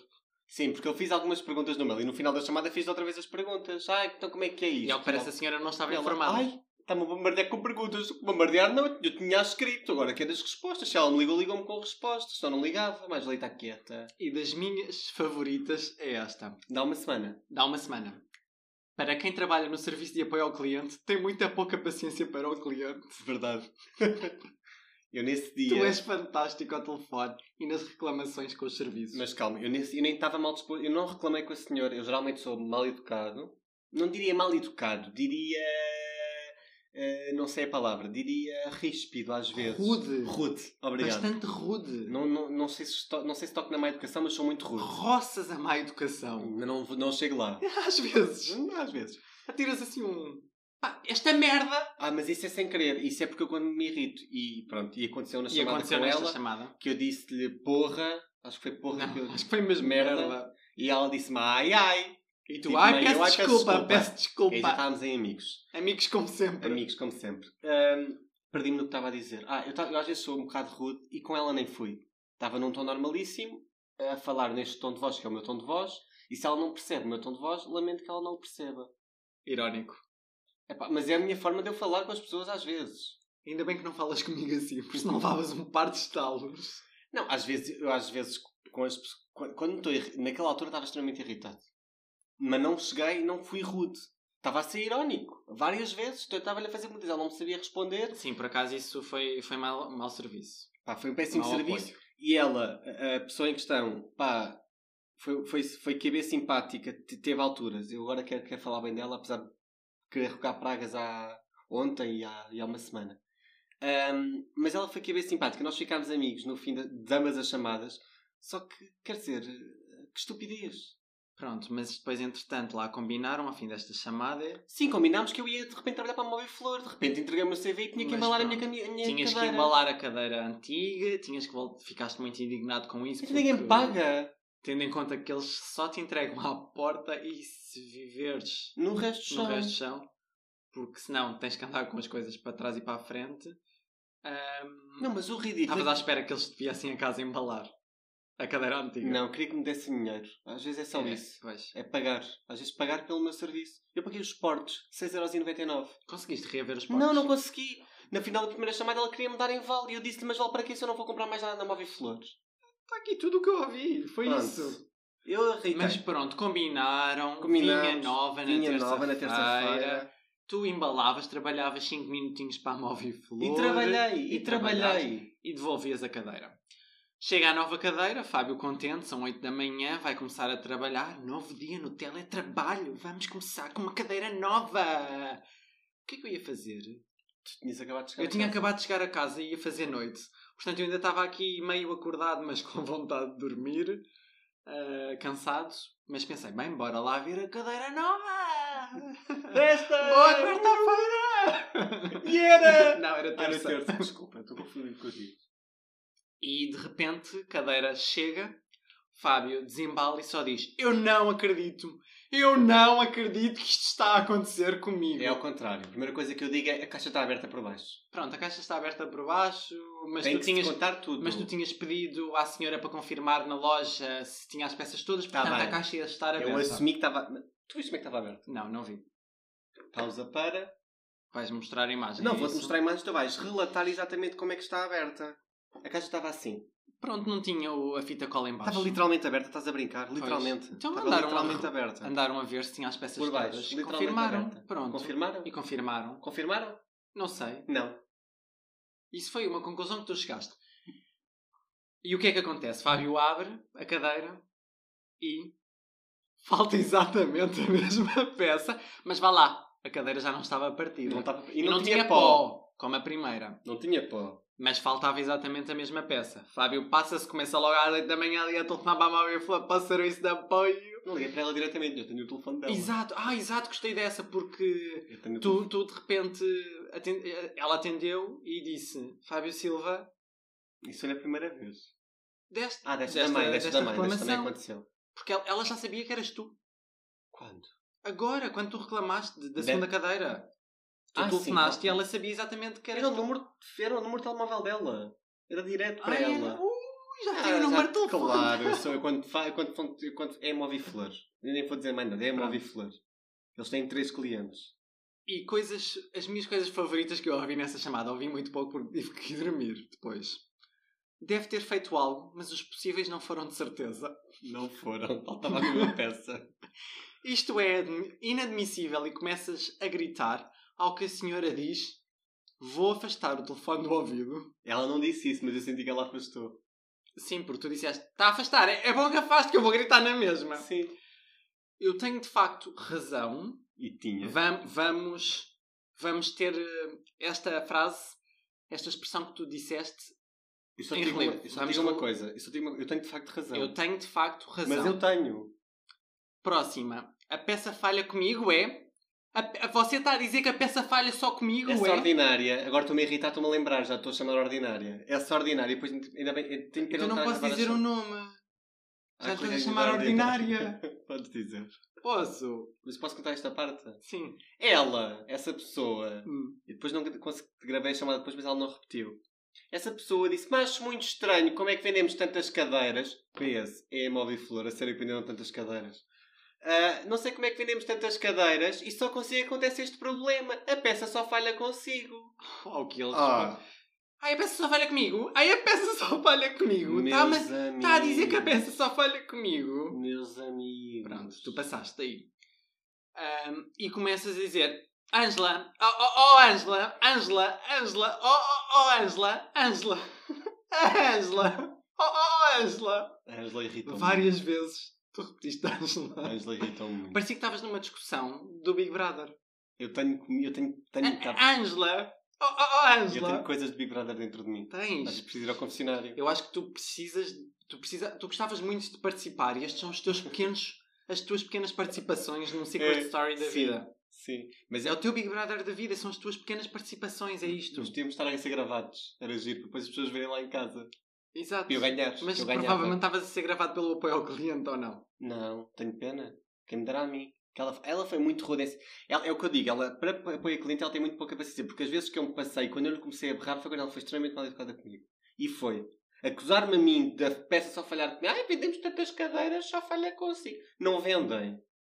Speaker 2: Sim, porque eu fiz algumas perguntas no mail e no final da chamada fiz outra vez as perguntas. Ai, então como é que é isto?
Speaker 3: E ao que parece a senhora não estava
Speaker 2: Ela,
Speaker 3: informada.
Speaker 2: Ai, está-me a bombardear com perguntas. Bombardear não, eu tinha escrito. Agora quero as respostas. Se ela me ligou, ligou-me com respostas. Se não, não ligava. Mas leita quieta.
Speaker 3: E das minhas favoritas é esta.
Speaker 2: Dá uma semana.
Speaker 3: Dá uma semana. Para quem trabalha no serviço de apoio ao cliente, tem muita pouca paciência para o cliente.
Speaker 2: Verdade. eu nesse dia...
Speaker 3: Tu és fantástico ao telefone e nas reclamações com os serviços.
Speaker 2: Mas calma, eu, nesse- eu nem estava mal disposto, eu não reclamei com a senhora, eu geralmente sou mal educado. Não diria mal educado, diria. eh, não sei a palavra, diria ríspido às vezes.
Speaker 3: Rude.
Speaker 2: Rude, obrigado.
Speaker 3: Bastante rude.
Speaker 2: Não, não, não, sei se to- não sei se toco na má educação, mas sou muito rude.
Speaker 3: roças a má educação.
Speaker 2: Não, não, não chego lá.
Speaker 3: Hum, Às vezes.
Speaker 2: Às vezes.
Speaker 3: Atiras assim um. Pá, esta merda!
Speaker 2: Ah, mas isso é sem querer, isso é porque eu quando me irrito. E pronto, e aconteceu na
Speaker 3: E
Speaker 2: chamada
Speaker 3: aconteceu
Speaker 2: com
Speaker 3: nesta
Speaker 2: ela
Speaker 3: chamada.
Speaker 2: que eu disse-lhe porra, acho que foi porra que eu
Speaker 3: Não, Tipo, acho
Speaker 2: disse.
Speaker 3: que foi mesmo
Speaker 2: Merda.
Speaker 3: merda.
Speaker 2: E ela disse-me ai ai.
Speaker 3: E tu,
Speaker 2: Tipo,
Speaker 3: ai,
Speaker 2: meio,
Speaker 3: peço,
Speaker 2: eu, ai,
Speaker 3: desculpa, peço desculpa,
Speaker 2: E aí já estávamos em amigos.
Speaker 3: Amigos, como sempre.
Speaker 2: Amigos, como sempre. Ahm, Perdi-me no que estava a dizer. Ah, eu, ta- eu às vezes sou um bocado rude e com ela nem fui. Estava num tom normalíssimo, a falar neste tom de voz, que é o meu tom de voz, e se ela não percebe o meu tom de voz, lamento que ela não o perceba.
Speaker 3: Irónico.
Speaker 2: Epá, mas é a minha forma de eu falar com as pessoas às vezes.
Speaker 3: Ainda bem que não falas comigo assim, porque senão levavas um par de estalos.
Speaker 2: Não, às vezes, eu às vezes com as pessoas. Quando, quando estou irri- naquela altura estava extremamente irritado. Mas não cheguei e não fui rude. Estava a ser irónico. Várias vezes. Então eu estava-lhe a fazer muitas. Ela não me sabia responder.
Speaker 3: Sim, por acaso isso foi, foi mau, mau serviço.
Speaker 2: Pá, foi um péssimo
Speaker 3: Mau
Speaker 2: serviço.
Speaker 3: apoio.
Speaker 2: E ela, a- a pessoa em questão, pá, foi, foi, foi cabeça simpática, te- teve alturas. Eu agora quero, quero falar bem dela, apesar de querer rogar pragas há ontem e há, e há uma semana. Ahm, mas ela foi cabeça simpática, nós ficámos amigos no fim de, de ambas as chamadas. Só que, quer dizer, que estupidez.
Speaker 3: Pronto, mas depois, entretanto, lá combinaram ao fim desta chamada.
Speaker 2: Sim, combinámos que eu ia de repente trabalhar para a Móvel Flor, de repente entregamos o CV e tinha que
Speaker 3: Mas
Speaker 2: embalar a minha,
Speaker 3: pronto.
Speaker 2: cami- a minha
Speaker 3: Tinhas
Speaker 2: cadeira.
Speaker 3: que embalar a cadeira antiga, tinhas que voltar. Ficaste muito indignado com isso.
Speaker 2: Mas Ninguém me
Speaker 3: porque-
Speaker 2: paga.
Speaker 3: Tendo em conta que eles só te entregam à porta e se viveres
Speaker 2: No resto
Speaker 3: no
Speaker 2: só.
Speaker 3: resto são, porque senão tens que andar com as coisas para trás e para a frente. Ahm,
Speaker 2: Não, mas o ridículo.
Speaker 3: Estavas à espera que eles te viessem a casa embalar a cadeira antiga.
Speaker 2: Não, queria que me dessem dinheiro. Às vezes é só
Speaker 3: é,
Speaker 2: isso.
Speaker 3: pois.
Speaker 2: É pagar. Às vezes pagar pelo meu serviço. Eu paguei os portos, 6,99€.
Speaker 3: Conseguiste reaver os pontos?
Speaker 2: Não, não consegui. Na final da primeira chamada ela queria me dar em vale e eu disse-lhe, mas vale para quê se eu não vou comprar mais nada na Móvel e Flores?
Speaker 3: Está Tá aqui tudo o que eu ouvi. Foi
Speaker 2: Pronto.
Speaker 3: isso.
Speaker 2: Eu arreitei.
Speaker 3: Mas pronto, combinaram.
Speaker 2: Combinámos.
Speaker 3: Vinha nova
Speaker 2: Vinha
Speaker 3: na
Speaker 2: nova na
Speaker 3: terça-feira.
Speaker 2: terça-feira.
Speaker 3: tu embalavas, trabalhavas 5 minutinhos para a Móvel Flor.
Speaker 2: E trabalhei, e,
Speaker 3: E
Speaker 2: trabalhei.
Speaker 3: e devolvias a cadeira. Chega a nova cadeira, Fábio contente, são 8 da manhã, vai começar a trabalhar. Novo dia no teletrabalho, vamos começar com uma cadeira nova! O que é que eu ia fazer?
Speaker 2: Tu tinhas acabado de chegar
Speaker 3: Eu
Speaker 2: a
Speaker 3: tinha
Speaker 2: casa.
Speaker 3: acabado de chegar a casa e ia fazer noite. Portanto, eu ainda estava aqui meio acordado, mas com vontade de dormir, ah, cansado. Mas pensei, bem, bora lá ver a cadeira nova!
Speaker 2: Desta!
Speaker 3: Boa quarta-feira!
Speaker 2: E era!
Speaker 3: Não, era
Speaker 2: Ah, era
Speaker 3: terça.
Speaker 2: terça. Desculpa, estou confundido contigo.
Speaker 3: E de repente, cadeira chega, Fábio desembala e só diz: Eu não acredito!
Speaker 1: Eu não acredito que isto está a acontecer comigo.
Speaker 2: É ao contrário. A primeira coisa que eu digo é a caixa está aberta por baixo.
Speaker 3: Pronto, a caixa está aberta por baixo, mas
Speaker 2: Tem
Speaker 3: tu
Speaker 2: que
Speaker 3: tinhas.
Speaker 2: se contar tudo.
Speaker 3: Mas tu tinhas pedido à senhora para confirmar na loja se tinha as peças todas,
Speaker 2: Tá
Speaker 3: portanto
Speaker 2: bem.
Speaker 3: a caixa ia estar aberta.
Speaker 2: Eu assumi que estava... Tu viste como é que estava aberto?
Speaker 3: Não, não vi.
Speaker 2: Pausa para...
Speaker 3: Vais mostrar a imagem.
Speaker 2: não,
Speaker 3: é
Speaker 2: vou-te
Speaker 3: isso?
Speaker 2: mostrar imagens. Tu vais relatar exatamente como é que está aberta. A caixa estava assim.
Speaker 3: Pronto, não tinha o- a fita cola em baixo.
Speaker 2: Estava literalmente aberta. Estás a brincar. Literalmente.
Speaker 3: Então
Speaker 2: estava
Speaker 3: mandaram
Speaker 2: literalmente
Speaker 3: uma-
Speaker 2: aberta.
Speaker 3: Andaram a ver se tinha as peças
Speaker 2: Por baixo,
Speaker 3: todas.
Speaker 2: literalmente
Speaker 3: Confirmaram.
Speaker 2: aberta.
Speaker 3: Pronto.
Speaker 2: Confirmaram?
Speaker 3: E confirmaram.
Speaker 2: Confirmaram?
Speaker 3: Não sei.
Speaker 2: Não.
Speaker 3: Isso foi uma conclusão que tu chegaste. E o que é que acontece? Fábio abre a cadeira e falta exatamente a mesma peça, mas vá lá, a cadeira já não estava partida.
Speaker 2: Não estava...
Speaker 3: E não, tinha, pó, como a primeira.
Speaker 2: Não tinha pó.
Speaker 3: Mas faltava exatamente a mesma peça. Fábio passa-se, começa logo às 8 da manhã ali a telefonar para a mamãe e falar para o serviço de apoio.
Speaker 2: Não liguei para ela diretamente. Eu tenho o telefone dela.
Speaker 3: Exato, ah, exato, gostei dessa, porque
Speaker 2: Eu tenho o
Speaker 3: tu, tu de repente aten- ela atendeu e disse: Fábio Silva,
Speaker 2: Isso não é a primeira vez.
Speaker 3: deste.
Speaker 2: Ah, desta,
Speaker 3: Desta-
Speaker 2: também, desta, também, desta
Speaker 3: desta
Speaker 2: também
Speaker 3: reclamação.
Speaker 2: aconteceu.
Speaker 3: Porque ela- ela já sabia que eras tu.
Speaker 2: Quando?
Speaker 3: Agora, quando tu reclamaste de- da
Speaker 2: De-
Speaker 3: segunda cadeira, tu
Speaker 2: Ah, sim,
Speaker 3: telefonaste
Speaker 2: tá.
Speaker 3: e ela sabia exatamente que eras
Speaker 2: Era o
Speaker 3: tu.
Speaker 2: número, era o número de telemóvel dela. Era direto para
Speaker 3: Ah, era-
Speaker 2: ela.
Speaker 3: Ui, já
Speaker 2: Ah,
Speaker 3: tem o número
Speaker 2: já-
Speaker 3: de telefone.
Speaker 2: Claro, eu sou eu quando, fa, quando, quando, quando é Moviflor. Eu nem vou dizer mais nada, é
Speaker 3: Pronto.
Speaker 2: Moviflor. Eles têm três clientes.
Speaker 3: E coisas, as minhas coisas favoritas que eu ouvi nessa chamada, ouvi muito pouco porque tive que ir dormir depois. Deve ter feito algo, mas os possíveis não foram de certeza.
Speaker 2: Não foram, faltava a mesma peça.
Speaker 3: Isto é admi- inadmissível e começas a gritar ao que a senhora diz: Vou afastar o telefone do ouvido.
Speaker 2: Ela não disse isso, mas eu senti que ela afastou.
Speaker 3: Sim, porque tu disseste: Está a afastar, é é bom que afaste que eu vou gritar na mesma.
Speaker 2: Sim.
Speaker 3: Eu tenho de facto razão.
Speaker 2: E tinha.
Speaker 3: Vam- vamos, vamos ter eh, esta frase, esta expressão que tu disseste.
Speaker 2: Eu só
Speaker 3: Em
Speaker 2: digo, uma,
Speaker 3: relevo.
Speaker 2: eu só
Speaker 3: Vamos
Speaker 2: digo uma
Speaker 3: relo-
Speaker 2: coisa, eu, só digo uma- eu tenho de facto razão.
Speaker 3: Eu tenho de facto razão.
Speaker 2: Mas eu tenho.
Speaker 3: Próxima. A peça falha comigo é. A pe- você está a dizer que a peça falha só comigo
Speaker 2: Essa
Speaker 3: é.
Speaker 2: ordinária, agora estou-me a irritar, estou-me a lembrar, já estou a chamar ordinária. Essa ordinária, e depois ainda bem, eu tenho que
Speaker 3: Eu não
Speaker 2: anotar
Speaker 3: posso
Speaker 2: agora
Speaker 3: dizer
Speaker 2: só-
Speaker 3: o nome.
Speaker 2: Ah,
Speaker 3: Já estás a
Speaker 2: coisa
Speaker 3: chamar ordinária.
Speaker 2: Podes dizer.
Speaker 3: Posso?
Speaker 2: Mas posso contar esta parte?
Speaker 3: Sim.
Speaker 2: Ela, essa pessoa,
Speaker 3: Hum.
Speaker 2: e depois não consegui, gravei a chamada depois, mas ela não repetiu. Essa pessoa disse, mas acho muito estranho, como é que vendemos tantas cadeiras? PS, é a Móvel Flor, a sério que venderam tantas cadeiras. Ah, não sei como é que vendemos tantas cadeiras e só consigo é acontece este problema. A peça só falha consigo.
Speaker 3: Ao que ele responde.
Speaker 2: responde.
Speaker 3: Ai, a peça só falha comigo. Ai, a peça só falha comigo. Está
Speaker 2: Meus
Speaker 3: mas... tá a dizer que a
Speaker 2: amigos.
Speaker 3: peça só falha comigo.
Speaker 2: Meus amigos.
Speaker 3: Pronto, tu passaste aí. Ahm, e começas a dizer: Ângela, oh, oh, oh, Ângela, Ângela, Ângela, oh, oh, oh, Ângela, Ângela, Ângela, oh, oh, oh, Ângela.
Speaker 2: A Angela irritou-me.
Speaker 3: Várias vezes tu repetiste
Speaker 2: A
Speaker 3: Ângela.
Speaker 2: Angela irritou-me. muito.
Speaker 3: Parecia que estavas numa discussão do Big Brother.
Speaker 2: Eu tenho, comi- eu tenho, tenho,
Speaker 3: Ah,
Speaker 2: tá-
Speaker 3: ah, Ângela, oh, oh, oh,
Speaker 2: eu tenho
Speaker 3: Ângela.
Speaker 2: coisas de Big Brother dentro de mim. Mas
Speaker 3: Tens.
Speaker 2: preciso ir ao confessionário.
Speaker 3: Eu acho que tu precisas, tu precisa, tu gostavas muito de participar e estes são os teus pequenos, as tuas pequenas participações num secret
Speaker 2: É,
Speaker 3: story da
Speaker 2: sim.
Speaker 3: vida.
Speaker 2: Sim. Mas
Speaker 3: É
Speaker 2: eu
Speaker 3: o teu Big Brother da vida, são as tuas pequenas participações, é isto.
Speaker 2: Nós tínhamos de estar a ser gravados. Era giro, depois as pessoas verem lá em casa.
Speaker 3: Exato.
Speaker 2: E eu ganhar.
Speaker 3: Mas
Speaker 2: eu ganhava.
Speaker 3: provavelmente estavas a ser gravado pelo apoio ao cliente ou não.
Speaker 2: Não, tenho pena. Quem me dará a mim. Que ela, ela foi muito rude. esse- Ela, é o que eu digo, ela, para apoio a cliente, ela tem muito pouca paciência. Porque as vezes que eu me passei, quando eu lhe comecei a berrar, foi quando ela foi extremamente mal educada comigo. E foi. Acusar-me a mim da peça só falhar comigo. Ai, vendemos tantas cadeiras, só falha consigo. Não vendem.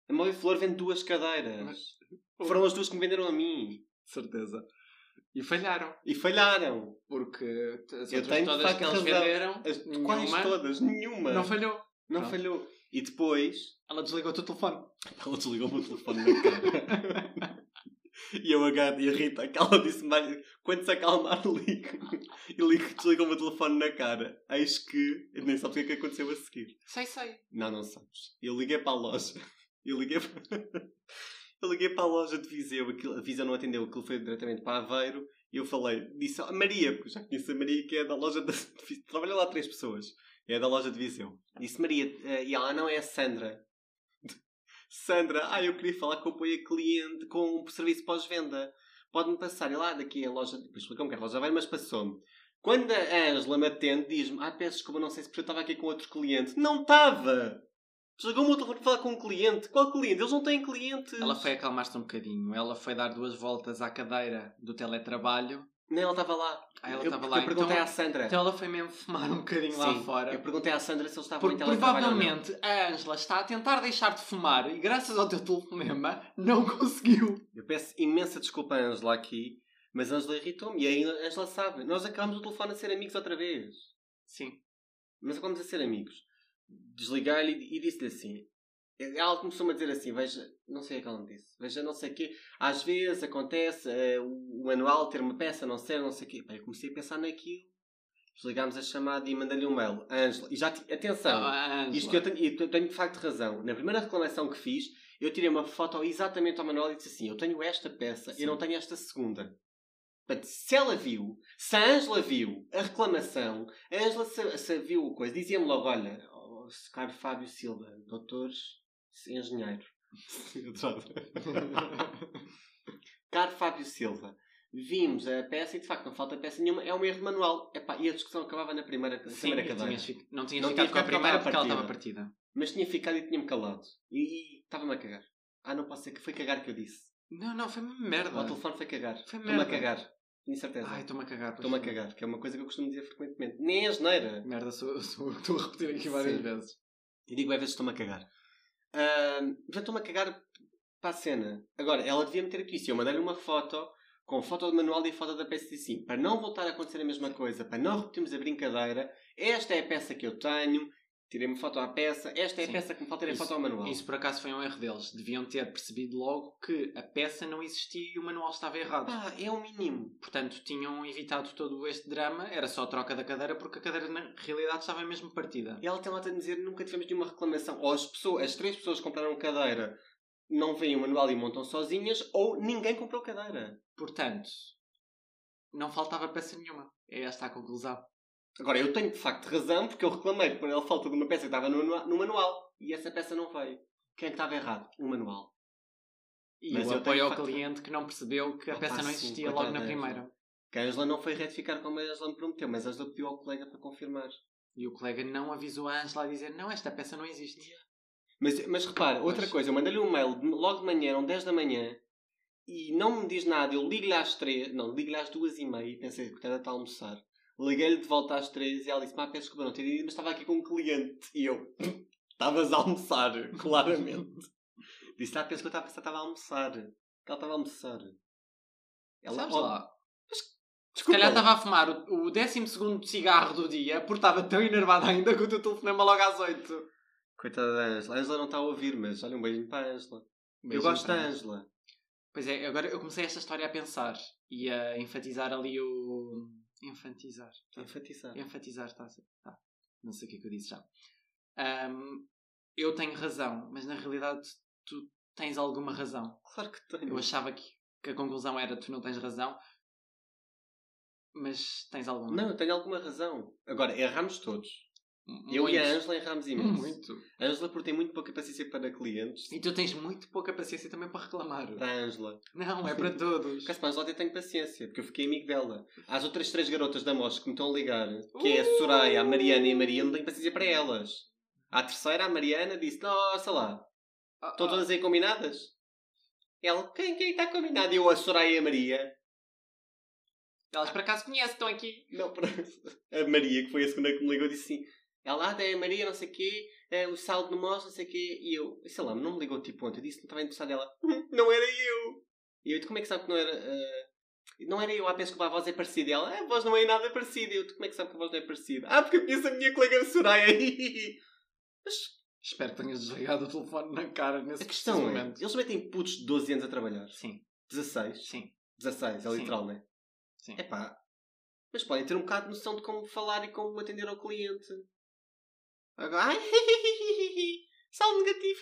Speaker 2: A Móvel Flor vende duas cadeiras. Foram as duas que me venderam a mim.
Speaker 3: Certeza. E falharam.
Speaker 2: E falharam.
Speaker 3: Porque as
Speaker 2: Eu
Speaker 3: outras
Speaker 2: tenho, de
Speaker 3: todas
Speaker 2: facto,
Speaker 3: que eles
Speaker 2: razão.
Speaker 3: venderam,
Speaker 2: As,
Speaker 3: nenhuma
Speaker 2: quais todas? Nenhuma.
Speaker 3: não falhou.
Speaker 2: Não
Speaker 3: Não.
Speaker 2: falhou. E depois,
Speaker 3: Ela desligou o teu telefone.
Speaker 2: Ela desligou-me o telefone na cara. e eu agarro e a Rita, que ela disse mais, quando se acalmar, ligo. E ligo, desligou-me o telefone na cara. Eis que, eu nem sabes o que é que aconteceu a seguir.
Speaker 3: Sei, sei.
Speaker 2: Não, não sabes. Eu liguei para a loja. Eu liguei para... Eu liguei para a loja de Viseu, aquilo, a Viseu não atendeu, aquilo foi diretamente para Aveiro, e eu falei, disse a Maria, porque já conheço a Maria, que é da loja de Viseu, trabalha lá três pessoas, é da loja de Viseu. Disse Maria, eh, e ela não é a Sandra, Sandra, ah, eu queria falar com o apoio a cliente, com o serviço pós-venda. Pode-me passar. E lá daqui a loja. Depois explicou-me que a loja vai, mas passou-me. Quando a Angela me atende, diz-me: Ah, peço desculpa, não sei se porque eu estava aqui com outro cliente. Não estava! Desligou o meu telefone para falar com um cliente. Qual cliente? Eles não têm clientes.
Speaker 3: Ela foi acalmar-se um bocadinho. Ela foi dar duas voltas à cadeira do teletrabalho.
Speaker 2: Não, ela estava lá.
Speaker 3: Ah, ela
Speaker 2: Eu-
Speaker 3: estava
Speaker 2: eu
Speaker 3: lá.
Speaker 2: perguntei
Speaker 3: então,
Speaker 2: à Sandra.
Speaker 3: então ela foi mesmo fumar um bocadinho lá
Speaker 2: Sim,
Speaker 3: fora.
Speaker 2: Eu perguntei à Sandra se eles estavam
Speaker 3: Porque
Speaker 2: em teletrabalho ou não.
Speaker 3: provavelmente a Angela está a tentar deixar de fumar e graças ao teu telefonema não conseguiu.
Speaker 2: Eu peço imensa desculpa à Angela aqui, mas a Angela irritou-me. E aí a Angela sabe. Nós acabamos o telefone a ser amigos outra vez.
Speaker 3: Sim.
Speaker 2: Mas acabamos a ser amigos. Desligar-lhe e disse-lhe assim. Ela começou-me a dizer assim, veja, não sei o que ela me disse, veja não sei o quê. Às vezes acontece eh, o o manual ter uma peça, não sei, não sei o quê. Pá, eu comecei a pensar naquilo. Desligámos a chamada e mandei-lhe um mail. Angela, e já, ti-
Speaker 3: Então,
Speaker 2: atenção,
Speaker 3: a Angela.
Speaker 2: Então, Isto eu tenho, eu tenho de facto razão. Na primeira reclamação que fiz, eu tirei uma foto exatamente ao Manuel e disse assim: Eu tenho esta peça,
Speaker 3: Sim.
Speaker 2: eu não tenho esta segunda. Portanto, se ela viu, se a Angela viu a reclamação, a Angela se, se viu a coisa, dizia-me logo: Olha, oh, caro Fábio Silva, doutor, engenheiro. caro Fábio Silva, vimos a peça e de facto não falta peça nenhuma, é um erro de manual. Epá, e a discussão acabava na primeira, na
Speaker 3: Sim,
Speaker 2: primeira cadeira.
Speaker 3: tinhas fi- não tinhas
Speaker 2: Não
Speaker 3: ficado
Speaker 2: tinha
Speaker 3: com a
Speaker 2: ficado
Speaker 3: primeira
Speaker 2: com a
Speaker 3: porque ela estava
Speaker 2: partida.
Speaker 3: partida.
Speaker 2: Mas tinha ficado e tinha-me calado. E e estava-me a cagar. Ah, não posso ser que foi cagar que eu disse.
Speaker 3: Não, não, foi uma merda.
Speaker 2: O telefone foi cagar.
Speaker 3: Foi
Speaker 2: Estou-me a
Speaker 3: merda.
Speaker 2: cagar. Tenho certeza.
Speaker 3: Ai, estou-me a cagar. pois
Speaker 2: Estou-me a
Speaker 3: foi.
Speaker 2: cagar, que é uma coisa que eu costumo dizer frequentemente. Nem a geneira.
Speaker 3: Merda, sou, sou, estou a repetir aqui várias
Speaker 2: Sim.
Speaker 3: vezes.
Speaker 2: E digo "É, às vezes estou-me a cagar. Ah, já estou-me a cagar para a cena. Agora, ela devia meter aqui. Se eu mandar-lhe uma foto, com foto do manual e foto da peça, e assim, para não voltar a acontecer a mesma coisa, para não repetirmos a brincadeira, esta é a peça que eu tenho, tirei uma foto à peça, esta é
Speaker 3: Sim.
Speaker 2: a peça que me falta, tirei
Speaker 3: Isso-
Speaker 2: foto ao manual.
Speaker 3: Isso por acaso foi um erro deles. Deviam ter percebido logo que a peça não existia e o manual estava errado.
Speaker 2: Pá, é o mínimo.
Speaker 3: Portanto, tinham evitado todo este drama. Era só a troca da cadeira porque a cadeira na realidade estava mesmo partida.
Speaker 2: E ela tem lá a dizer nunca tivemos nenhuma reclamação. Ou as pessoas, as três pessoas que compraram cadeira não veem o manual e montam sozinhas, ou ninguém comprou cadeira.
Speaker 3: Portanto, não faltava peça nenhuma. É esta a conclusão.
Speaker 2: Agora, eu tenho de facto razão porque eu reclamei por ela falta de uma peça que estava no, anua- no manual e essa peça não veio. Quem é que estava errado? O manual.
Speaker 3: E
Speaker 2: Mas
Speaker 3: o
Speaker 2: eu
Speaker 3: apoio
Speaker 2: tenho
Speaker 3: ao
Speaker 2: facto-
Speaker 3: cliente que não percebeu que a
Speaker 2: Opa,
Speaker 3: peça não
Speaker 2: sim,
Speaker 3: existia logo na
Speaker 2: coitada.
Speaker 3: primeira.
Speaker 2: Que a Angela não foi retificar como a Angela me prometeu, mas a Angela pediu ao colega para confirmar.
Speaker 3: E o colega não avisou a Angela a dizer: Não, esta peça não existe.
Speaker 2: Mas, mas repara, outra
Speaker 3: Pois.
Speaker 2: coisa, eu mandei-lhe um mail de- logo de manhã, eram 10 da manhã, e não me diz nada. Eu ligo-lhe às 3, não, ligo-lhe às 2 e meia e pensei, coitada, está a almoçar. Liguei-lhe de volta às 3 e ela disse: Má, peço desculpa, não ter ido, mas estava aqui com um cliente. E eu, estavas a almoçar, claramente. disse: Ah, penso que eu estava a pensar, estava a almoçar. Que ela estava a almoçar. Ela,
Speaker 3: Sabes
Speaker 2: "Oh,
Speaker 3: lá? Se
Speaker 2: Desculpa.
Speaker 3: calhar estava a fumar o, o 12 cigarro do dia porque estava tão enervada ainda que o teu telefonema logo às 8.
Speaker 2: Coitada da Angela. A Angela não está a ouvir, mas olha, um beijinho para a Angela. eu gosto da Angela.
Speaker 3: Pois é, agora eu comecei esta história a pensar e a enfatizar ali o. Enfatizar. tá,
Speaker 2: Está a enfatizar.
Speaker 3: Enfatizar, está a ser. Tá. Não sei o que é que eu disse já. Ahm, eu tenho razão, mas na realidade tu tens alguma razão.
Speaker 2: Claro que tenho.
Speaker 3: Eu achava que, que a conclusão era tu não tens razão, mas tens alguma.
Speaker 2: Não, eu tenho alguma razão. Agora, erramos todos.
Speaker 3: M-
Speaker 2: Eu e a
Speaker 3: muito.
Speaker 2: Angela erramos imenso.
Speaker 3: Muito.
Speaker 2: A Angela, porque tem muito pouca paciência para clientes.
Speaker 3: E tu tens muito pouca paciência também para reclamar.
Speaker 2: Para a Angela.
Speaker 3: Não, é para todos.
Speaker 2: Caso para a Angela, até tenho paciência, porque eu fiquei amigo dela. Às outras três garotas da Mosca que me estão a ligar, que é a
Speaker 3: Uh!
Speaker 2: Soraya, a Mariana e a Maria, não tenho paciência para elas. À terceira, a Mariana disse: Não, sei lá,
Speaker 3: Ah,
Speaker 2: estão todas aí combinadas? Ela, quem, quem está combinado? Eu, a Soraya e a Maria.
Speaker 3: ah, Elas por acaso conhecem, estão aqui.
Speaker 2: Não, para... A Maria, que foi a segunda que me ligou, disse assim: Ela, ah, é a Maria, não sei o quê, é o saldo no Mosca, não sei o quê. E eu, sei lá, não me ligou tipo ontem, eu disse: Não estava interessada. Ela, "Hum, não era eu. E eu, "Tu como é que sabe que não era. ah, Não era eu, ah, penso que a voz é parecida. E ela, "Ah, a voz não é nada parecida. E eu, "Tu como é que sabe que a voz não é parecida? Ah, porque eu conheço a minha colega Soraya. Mas
Speaker 3: Espero que tenhas desligado o telefone na cara nesse
Speaker 2: a questão é:
Speaker 3: momento.
Speaker 2: eles metem putos de 12 anos a trabalhar.
Speaker 3: Sim,
Speaker 2: 16.
Speaker 3: sim.
Speaker 2: 16, é
Speaker 3: Sim.
Speaker 2: literal, não é?
Speaker 3: Sim.
Speaker 2: Epá. Mas podem ter um bocado de noção de como falar e como atender ao cliente. Agora, ai, saldo negativo,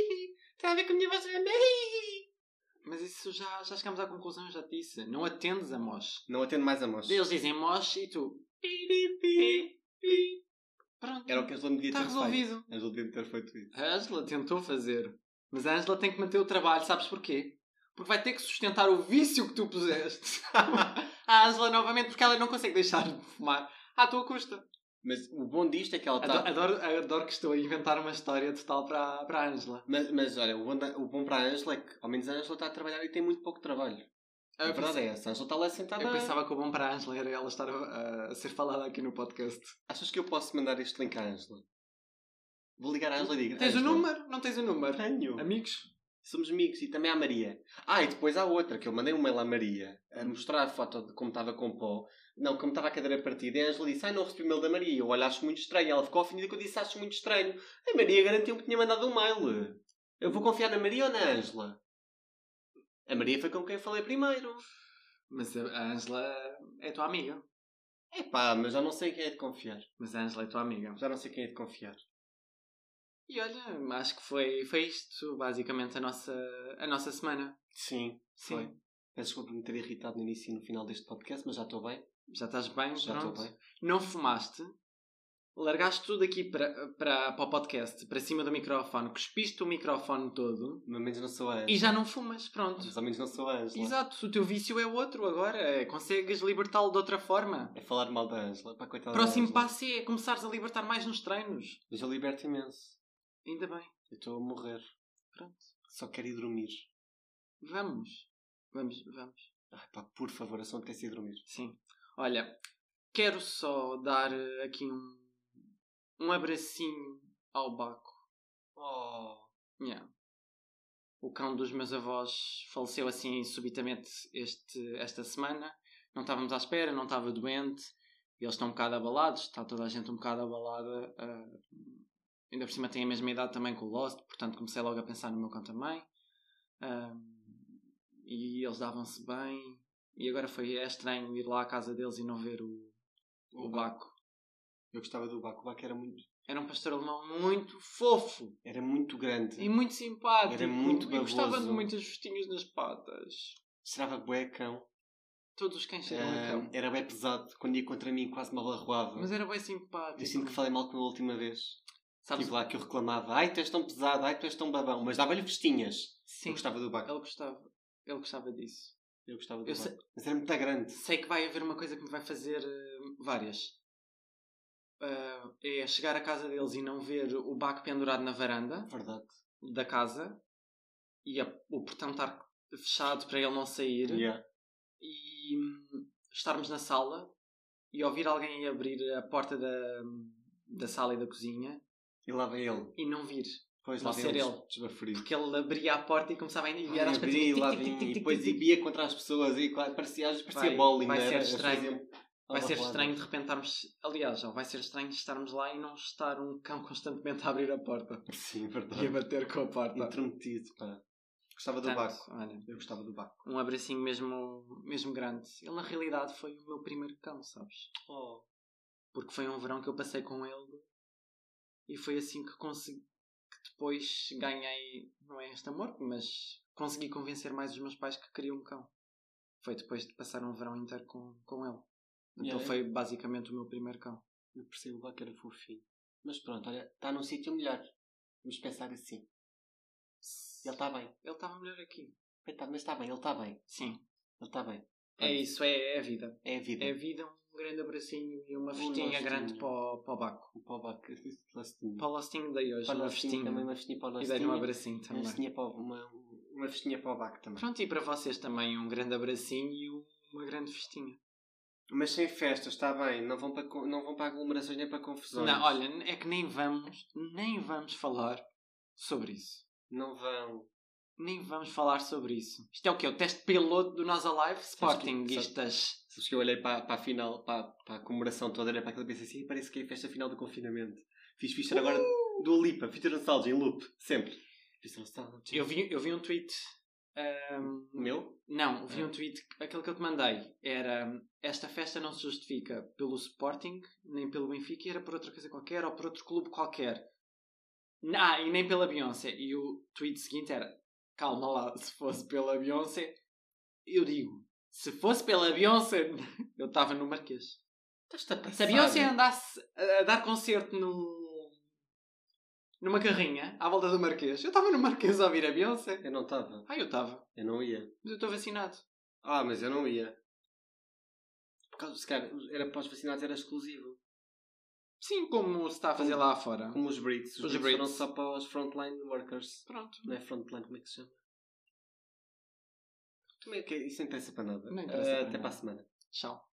Speaker 2: tem a ver com a minha voz. é
Speaker 3: Mas isso já, já chegamos à conclusão, eu já te disse. Não atendes a Mosh.
Speaker 2: Não atendo mais a mosca.
Speaker 3: Eles dizem Mosh e tu. pi, pi, pi, pi. Pronto.
Speaker 2: Era o que a Angela devia
Speaker 3: Está
Speaker 2: ter feito.
Speaker 3: Tá resolvido.
Speaker 2: A Angela devia ter feito isso.
Speaker 3: A Angela tentou fazer. Mas a Angela tem que manter o trabalho, sabes porquê? Porque vai ter que sustentar o vício que tu puseste. a Angela novamente, porque ela não consegue deixar de fumar à tua custa.
Speaker 2: Mas o bom disto é que ela
Speaker 3: Adoro,
Speaker 2: está.
Speaker 3: adoro, adoro que estou a inventar uma história total para, para a Angela.
Speaker 2: Mas, mas olha, o bom, da- o bom para a Angela é que ao menos a Angela está a trabalhar e tem muito pouco trabalho.
Speaker 3: Eu
Speaker 2: a verdade é essa. A Angela está lá sentada.
Speaker 3: Eu pensava que o bom para a Angela era ela estar a, a ser falada aqui no podcast.
Speaker 2: Achas que eu posso mandar este link à Angela? Vou ligar à Angela e digo.
Speaker 3: Tens o
Speaker 2: "Ângela,
Speaker 3: número? Não tens o número?
Speaker 2: Tenho.
Speaker 3: Amigos?
Speaker 2: Somos amigos. E também à Maria. Ah, e depois há outra, que eu mandei um mail à Maria
Speaker 3: Hum.
Speaker 2: a mostrar a foto de como estava com pó. Não, como estava a cadeira partida. E a Angela disse, ai, não recebi o mail da Maria. Eu olha, acho muito estranho. Ela ficou ofendida que eu disse, acho muito estranho. A Maria garantiu que tinha mandado um mail. Eu vou confiar na Maria ou na Angela? A Maria foi com quem eu falei primeiro.
Speaker 3: Mas a a Angela é tua amiga.
Speaker 2: Epá, mas já não sei quem é de confiar.
Speaker 3: Mas a Angela é tua amiga.
Speaker 2: Já não sei quem é de confiar.
Speaker 3: E olha, acho que foi, foi isto, basicamente, a nossa, a nossa semana.
Speaker 2: Sim,
Speaker 3: Sim.
Speaker 2: Foi. Peço desculpa por me ter irritado no início e no final deste podcast, mas já estou bem.
Speaker 3: Já estás bem?
Speaker 2: Já estou
Speaker 3: pronto?
Speaker 2: bem.
Speaker 3: Não fumaste? Largaste tudo aqui para, para, para o podcast, para cima do microfone, cuspiste o microfone todo
Speaker 2: Mas ao menos não sou a Angela.
Speaker 3: e já não fumas, pronto.
Speaker 2: Mas ao menos não sou a Angela.
Speaker 3: Exato, o teu vício é outro agora, é, consegues libertá-lo de outra forma.
Speaker 2: É falar mal da Angela. Pá, coitada
Speaker 3: Próximo
Speaker 2: da Angela.
Speaker 3: passo é começares a libertar mais nos treinos.
Speaker 2: Mas eu liberto imenso.
Speaker 3: Ainda bem,
Speaker 2: Eu estou a morrer.
Speaker 3: pronto.
Speaker 2: Só quero ir dormir.
Speaker 3: Vamos, vamos, vamos.
Speaker 2: Ai pá, por favor, eu só me apetece ir dormir.
Speaker 3: Sim. Olha, quero só dar eh, aqui um, um abracinho ao Baco.
Speaker 2: Oh.
Speaker 3: Yeah. O cão dos meus avós faleceu assim subitamente este, esta semana. Não estávamos à espera, não estava doente. Eles estão um bocado abalados, está toda a gente um bocado abalada. ah, ainda por cima tem a mesma idade também que o Lost, portanto comecei logo a pensar no meu cão também. Ah, e eles davam-se bem. E agora foi é estranho ir lá à casa deles e não ver o, o Baco.
Speaker 2: Eu gostava do Baco. O Baco era muito,
Speaker 3: Era um pastor alemão muito fofo.
Speaker 2: era muito grande.
Speaker 3: E muito simpático.
Speaker 2: Era muito
Speaker 3: Eu
Speaker 2: baboso.
Speaker 3: gostava de muitas justinhas nas patas.
Speaker 2: Cheirava bué a cão.
Speaker 3: Todos os cães cheiram a
Speaker 2: Ah,
Speaker 3: cão.
Speaker 2: Era bué pesado. Quando ia contra mim, quase me abarroava.
Speaker 3: Mas era bem
Speaker 2: Eu
Speaker 3: simpático.
Speaker 2: sinto que tipo, falei mal com ele a última vez.
Speaker 3: Sabes?
Speaker 2: Tive lá que eu reclamava, ai tu és tão pesado, ai tu és tão babão, mas dava-lhe festinhas.
Speaker 3: Sim.
Speaker 2: Eu gostava do Baco.
Speaker 3: Ele gostava. Ele gostava disso.
Speaker 2: Eu gostava do
Speaker 3: Eu
Speaker 2: Baco.
Speaker 3: sei-
Speaker 2: Mas era muito grande.
Speaker 3: Sei que vai haver uma coisa que me vai fazer eh, várias. Ah, é chegar à casa deles e não ver o baco pendurado na varanda
Speaker 2: Verdade.
Speaker 3: da casa e a- o portão estar fechado para ele não sair
Speaker 2: Yeah.
Speaker 3: e hum, estarmos na sala e ouvir alguém abrir a porta da, da sala e da cozinha
Speaker 2: E lá vem ele.
Speaker 3: e não vir.
Speaker 2: Pois
Speaker 3: Não
Speaker 2: lá vem
Speaker 3: ser
Speaker 2: ele.
Speaker 3: ele.
Speaker 2: Desbaforido.
Speaker 3: Porque ele abria a porta e começava a enviar
Speaker 2: Ai,
Speaker 3: as
Speaker 2: abria e lá vinha e depois ibia contra as pessoas e claro, parecia, às vezes parecia
Speaker 3: Vai-
Speaker 2: bowling.
Speaker 3: vai
Speaker 2: não era?
Speaker 3: ser estranho.
Speaker 2: Fazia-
Speaker 3: Vai ser
Speaker 2: Olá,
Speaker 3: estranho
Speaker 2: olá.
Speaker 3: de repente estarmos. Aliás, já vai ser estranho estarmos lá e não estar um cão constantemente a abrir a porta
Speaker 2: Sim,
Speaker 3: e a
Speaker 2: verdade.
Speaker 3: bater com a porta.
Speaker 2: Intrometido, pá. Gostava do
Speaker 3: Portanto,
Speaker 2: Baco.
Speaker 3: olha,
Speaker 2: Eu gostava do Baco.
Speaker 3: um abracinho mesmo, mesmo grande. Ele na realidade foi o meu primeiro cão, sabes?
Speaker 2: Oh,
Speaker 3: Porque foi um verão que eu passei com ele e foi assim que consegui. que depois ganhei, não é este amor, mas consegui convencer mais os meus pais que queriam um cão. Foi depois de passar um verão inteiro com, com ele. Então
Speaker 2: Yeah.
Speaker 3: foi basicamente o meu primeiro cão.
Speaker 2: Eu percebo, o Baco era fofinho. Mas pronto, olha, está num sítio melhor. Vamos pensar assim. Ele está bem.
Speaker 3: Ele estava melhor aqui.
Speaker 2: Coitado, Mas está bem, ele está bem.
Speaker 3: Sim.
Speaker 2: Ele está bem.
Speaker 3: É isso, é, é a vida.
Speaker 2: É a vida.
Speaker 3: É a vida, um grande abracinho e uma
Speaker 2: Um
Speaker 3: festinha
Speaker 2: lastinho.
Speaker 3: grande para o, para o Baco.
Speaker 2: Para o Baco. Lastinho.
Speaker 3: Para o Lostinho dei hoje,
Speaker 2: Para o
Speaker 3: uma
Speaker 2: Lastinho
Speaker 3: festinha.
Speaker 2: também, uma festinha para o
Speaker 3: E
Speaker 2: Lastinho.
Speaker 3: dei-lhe um abracinho
Speaker 2: Uma
Speaker 3: também.
Speaker 2: festinha para o, uma, uma festinha para o Baco também.
Speaker 3: Pronto, e para vocês também um grande abracinho e um- uma grande festinha.
Speaker 2: Mas sem festas, está bem. Não vão, para, co- não vão para aglomerações nem para confusões.
Speaker 3: Não, olha, é que nem vamos, nem vamos falar sobre isso.
Speaker 2: Não vão.
Speaker 3: Nem vamos falar sobre isso. Isto é o quê? O teste piloto do Nós Alive? Sportingistas.
Speaker 2: Sabes que eu olhei para, para a final, para, para a comemoração toda, olhei para aquilo e pensei assim, parece que é a festa final do confinamento. Fiz ficha agora do Lipa, Future Nostalgia em loop, sempre. Future Nostalgia.
Speaker 3: Eu vi, eu vi um tweet. ahm,
Speaker 2: O meu?
Speaker 3: Não, vi
Speaker 2: Ah.
Speaker 3: um tweet, aquele que eu te mandei era esta festa não se justifica pelo Sporting, nem pelo Benfica, era por outra coisa qualquer ou por outro clube qualquer. Ah, e nem pela Beyoncé. E o tweet seguinte era: calma lá, se fosse pela Beyoncé, eu digo, se fosse pela Beyoncé, eu estava no Marquês.
Speaker 2: Estás-te a é?
Speaker 3: Se a Beyoncé andasse a dar concerto no. numa carrinha à volta do Marquês, eu estava no Marquês a ouvir a Beyoncé.
Speaker 2: Eu não estava.
Speaker 3: Ah, eu estava,
Speaker 2: Eu não ia.
Speaker 3: mas eu estou vacinado.
Speaker 2: Ah, mas eu não ia. Por causa, se calhar, era para os vacinados, era exclusivo.
Speaker 3: Sim, como se está a fazer
Speaker 2: Como-
Speaker 3: lá fora.
Speaker 2: Como os Brits. Os,
Speaker 3: Os
Speaker 2: Brits,
Speaker 3: Brits.
Speaker 2: foram só para os frontline workers.
Speaker 3: Pronto.
Speaker 2: Não é frontline, como é que se chama? Também é que isso não interessa para nada.
Speaker 3: Não interessa
Speaker 2: Ah,
Speaker 3: para
Speaker 2: até
Speaker 3: nada.
Speaker 2: para a semana.
Speaker 3: Tchau.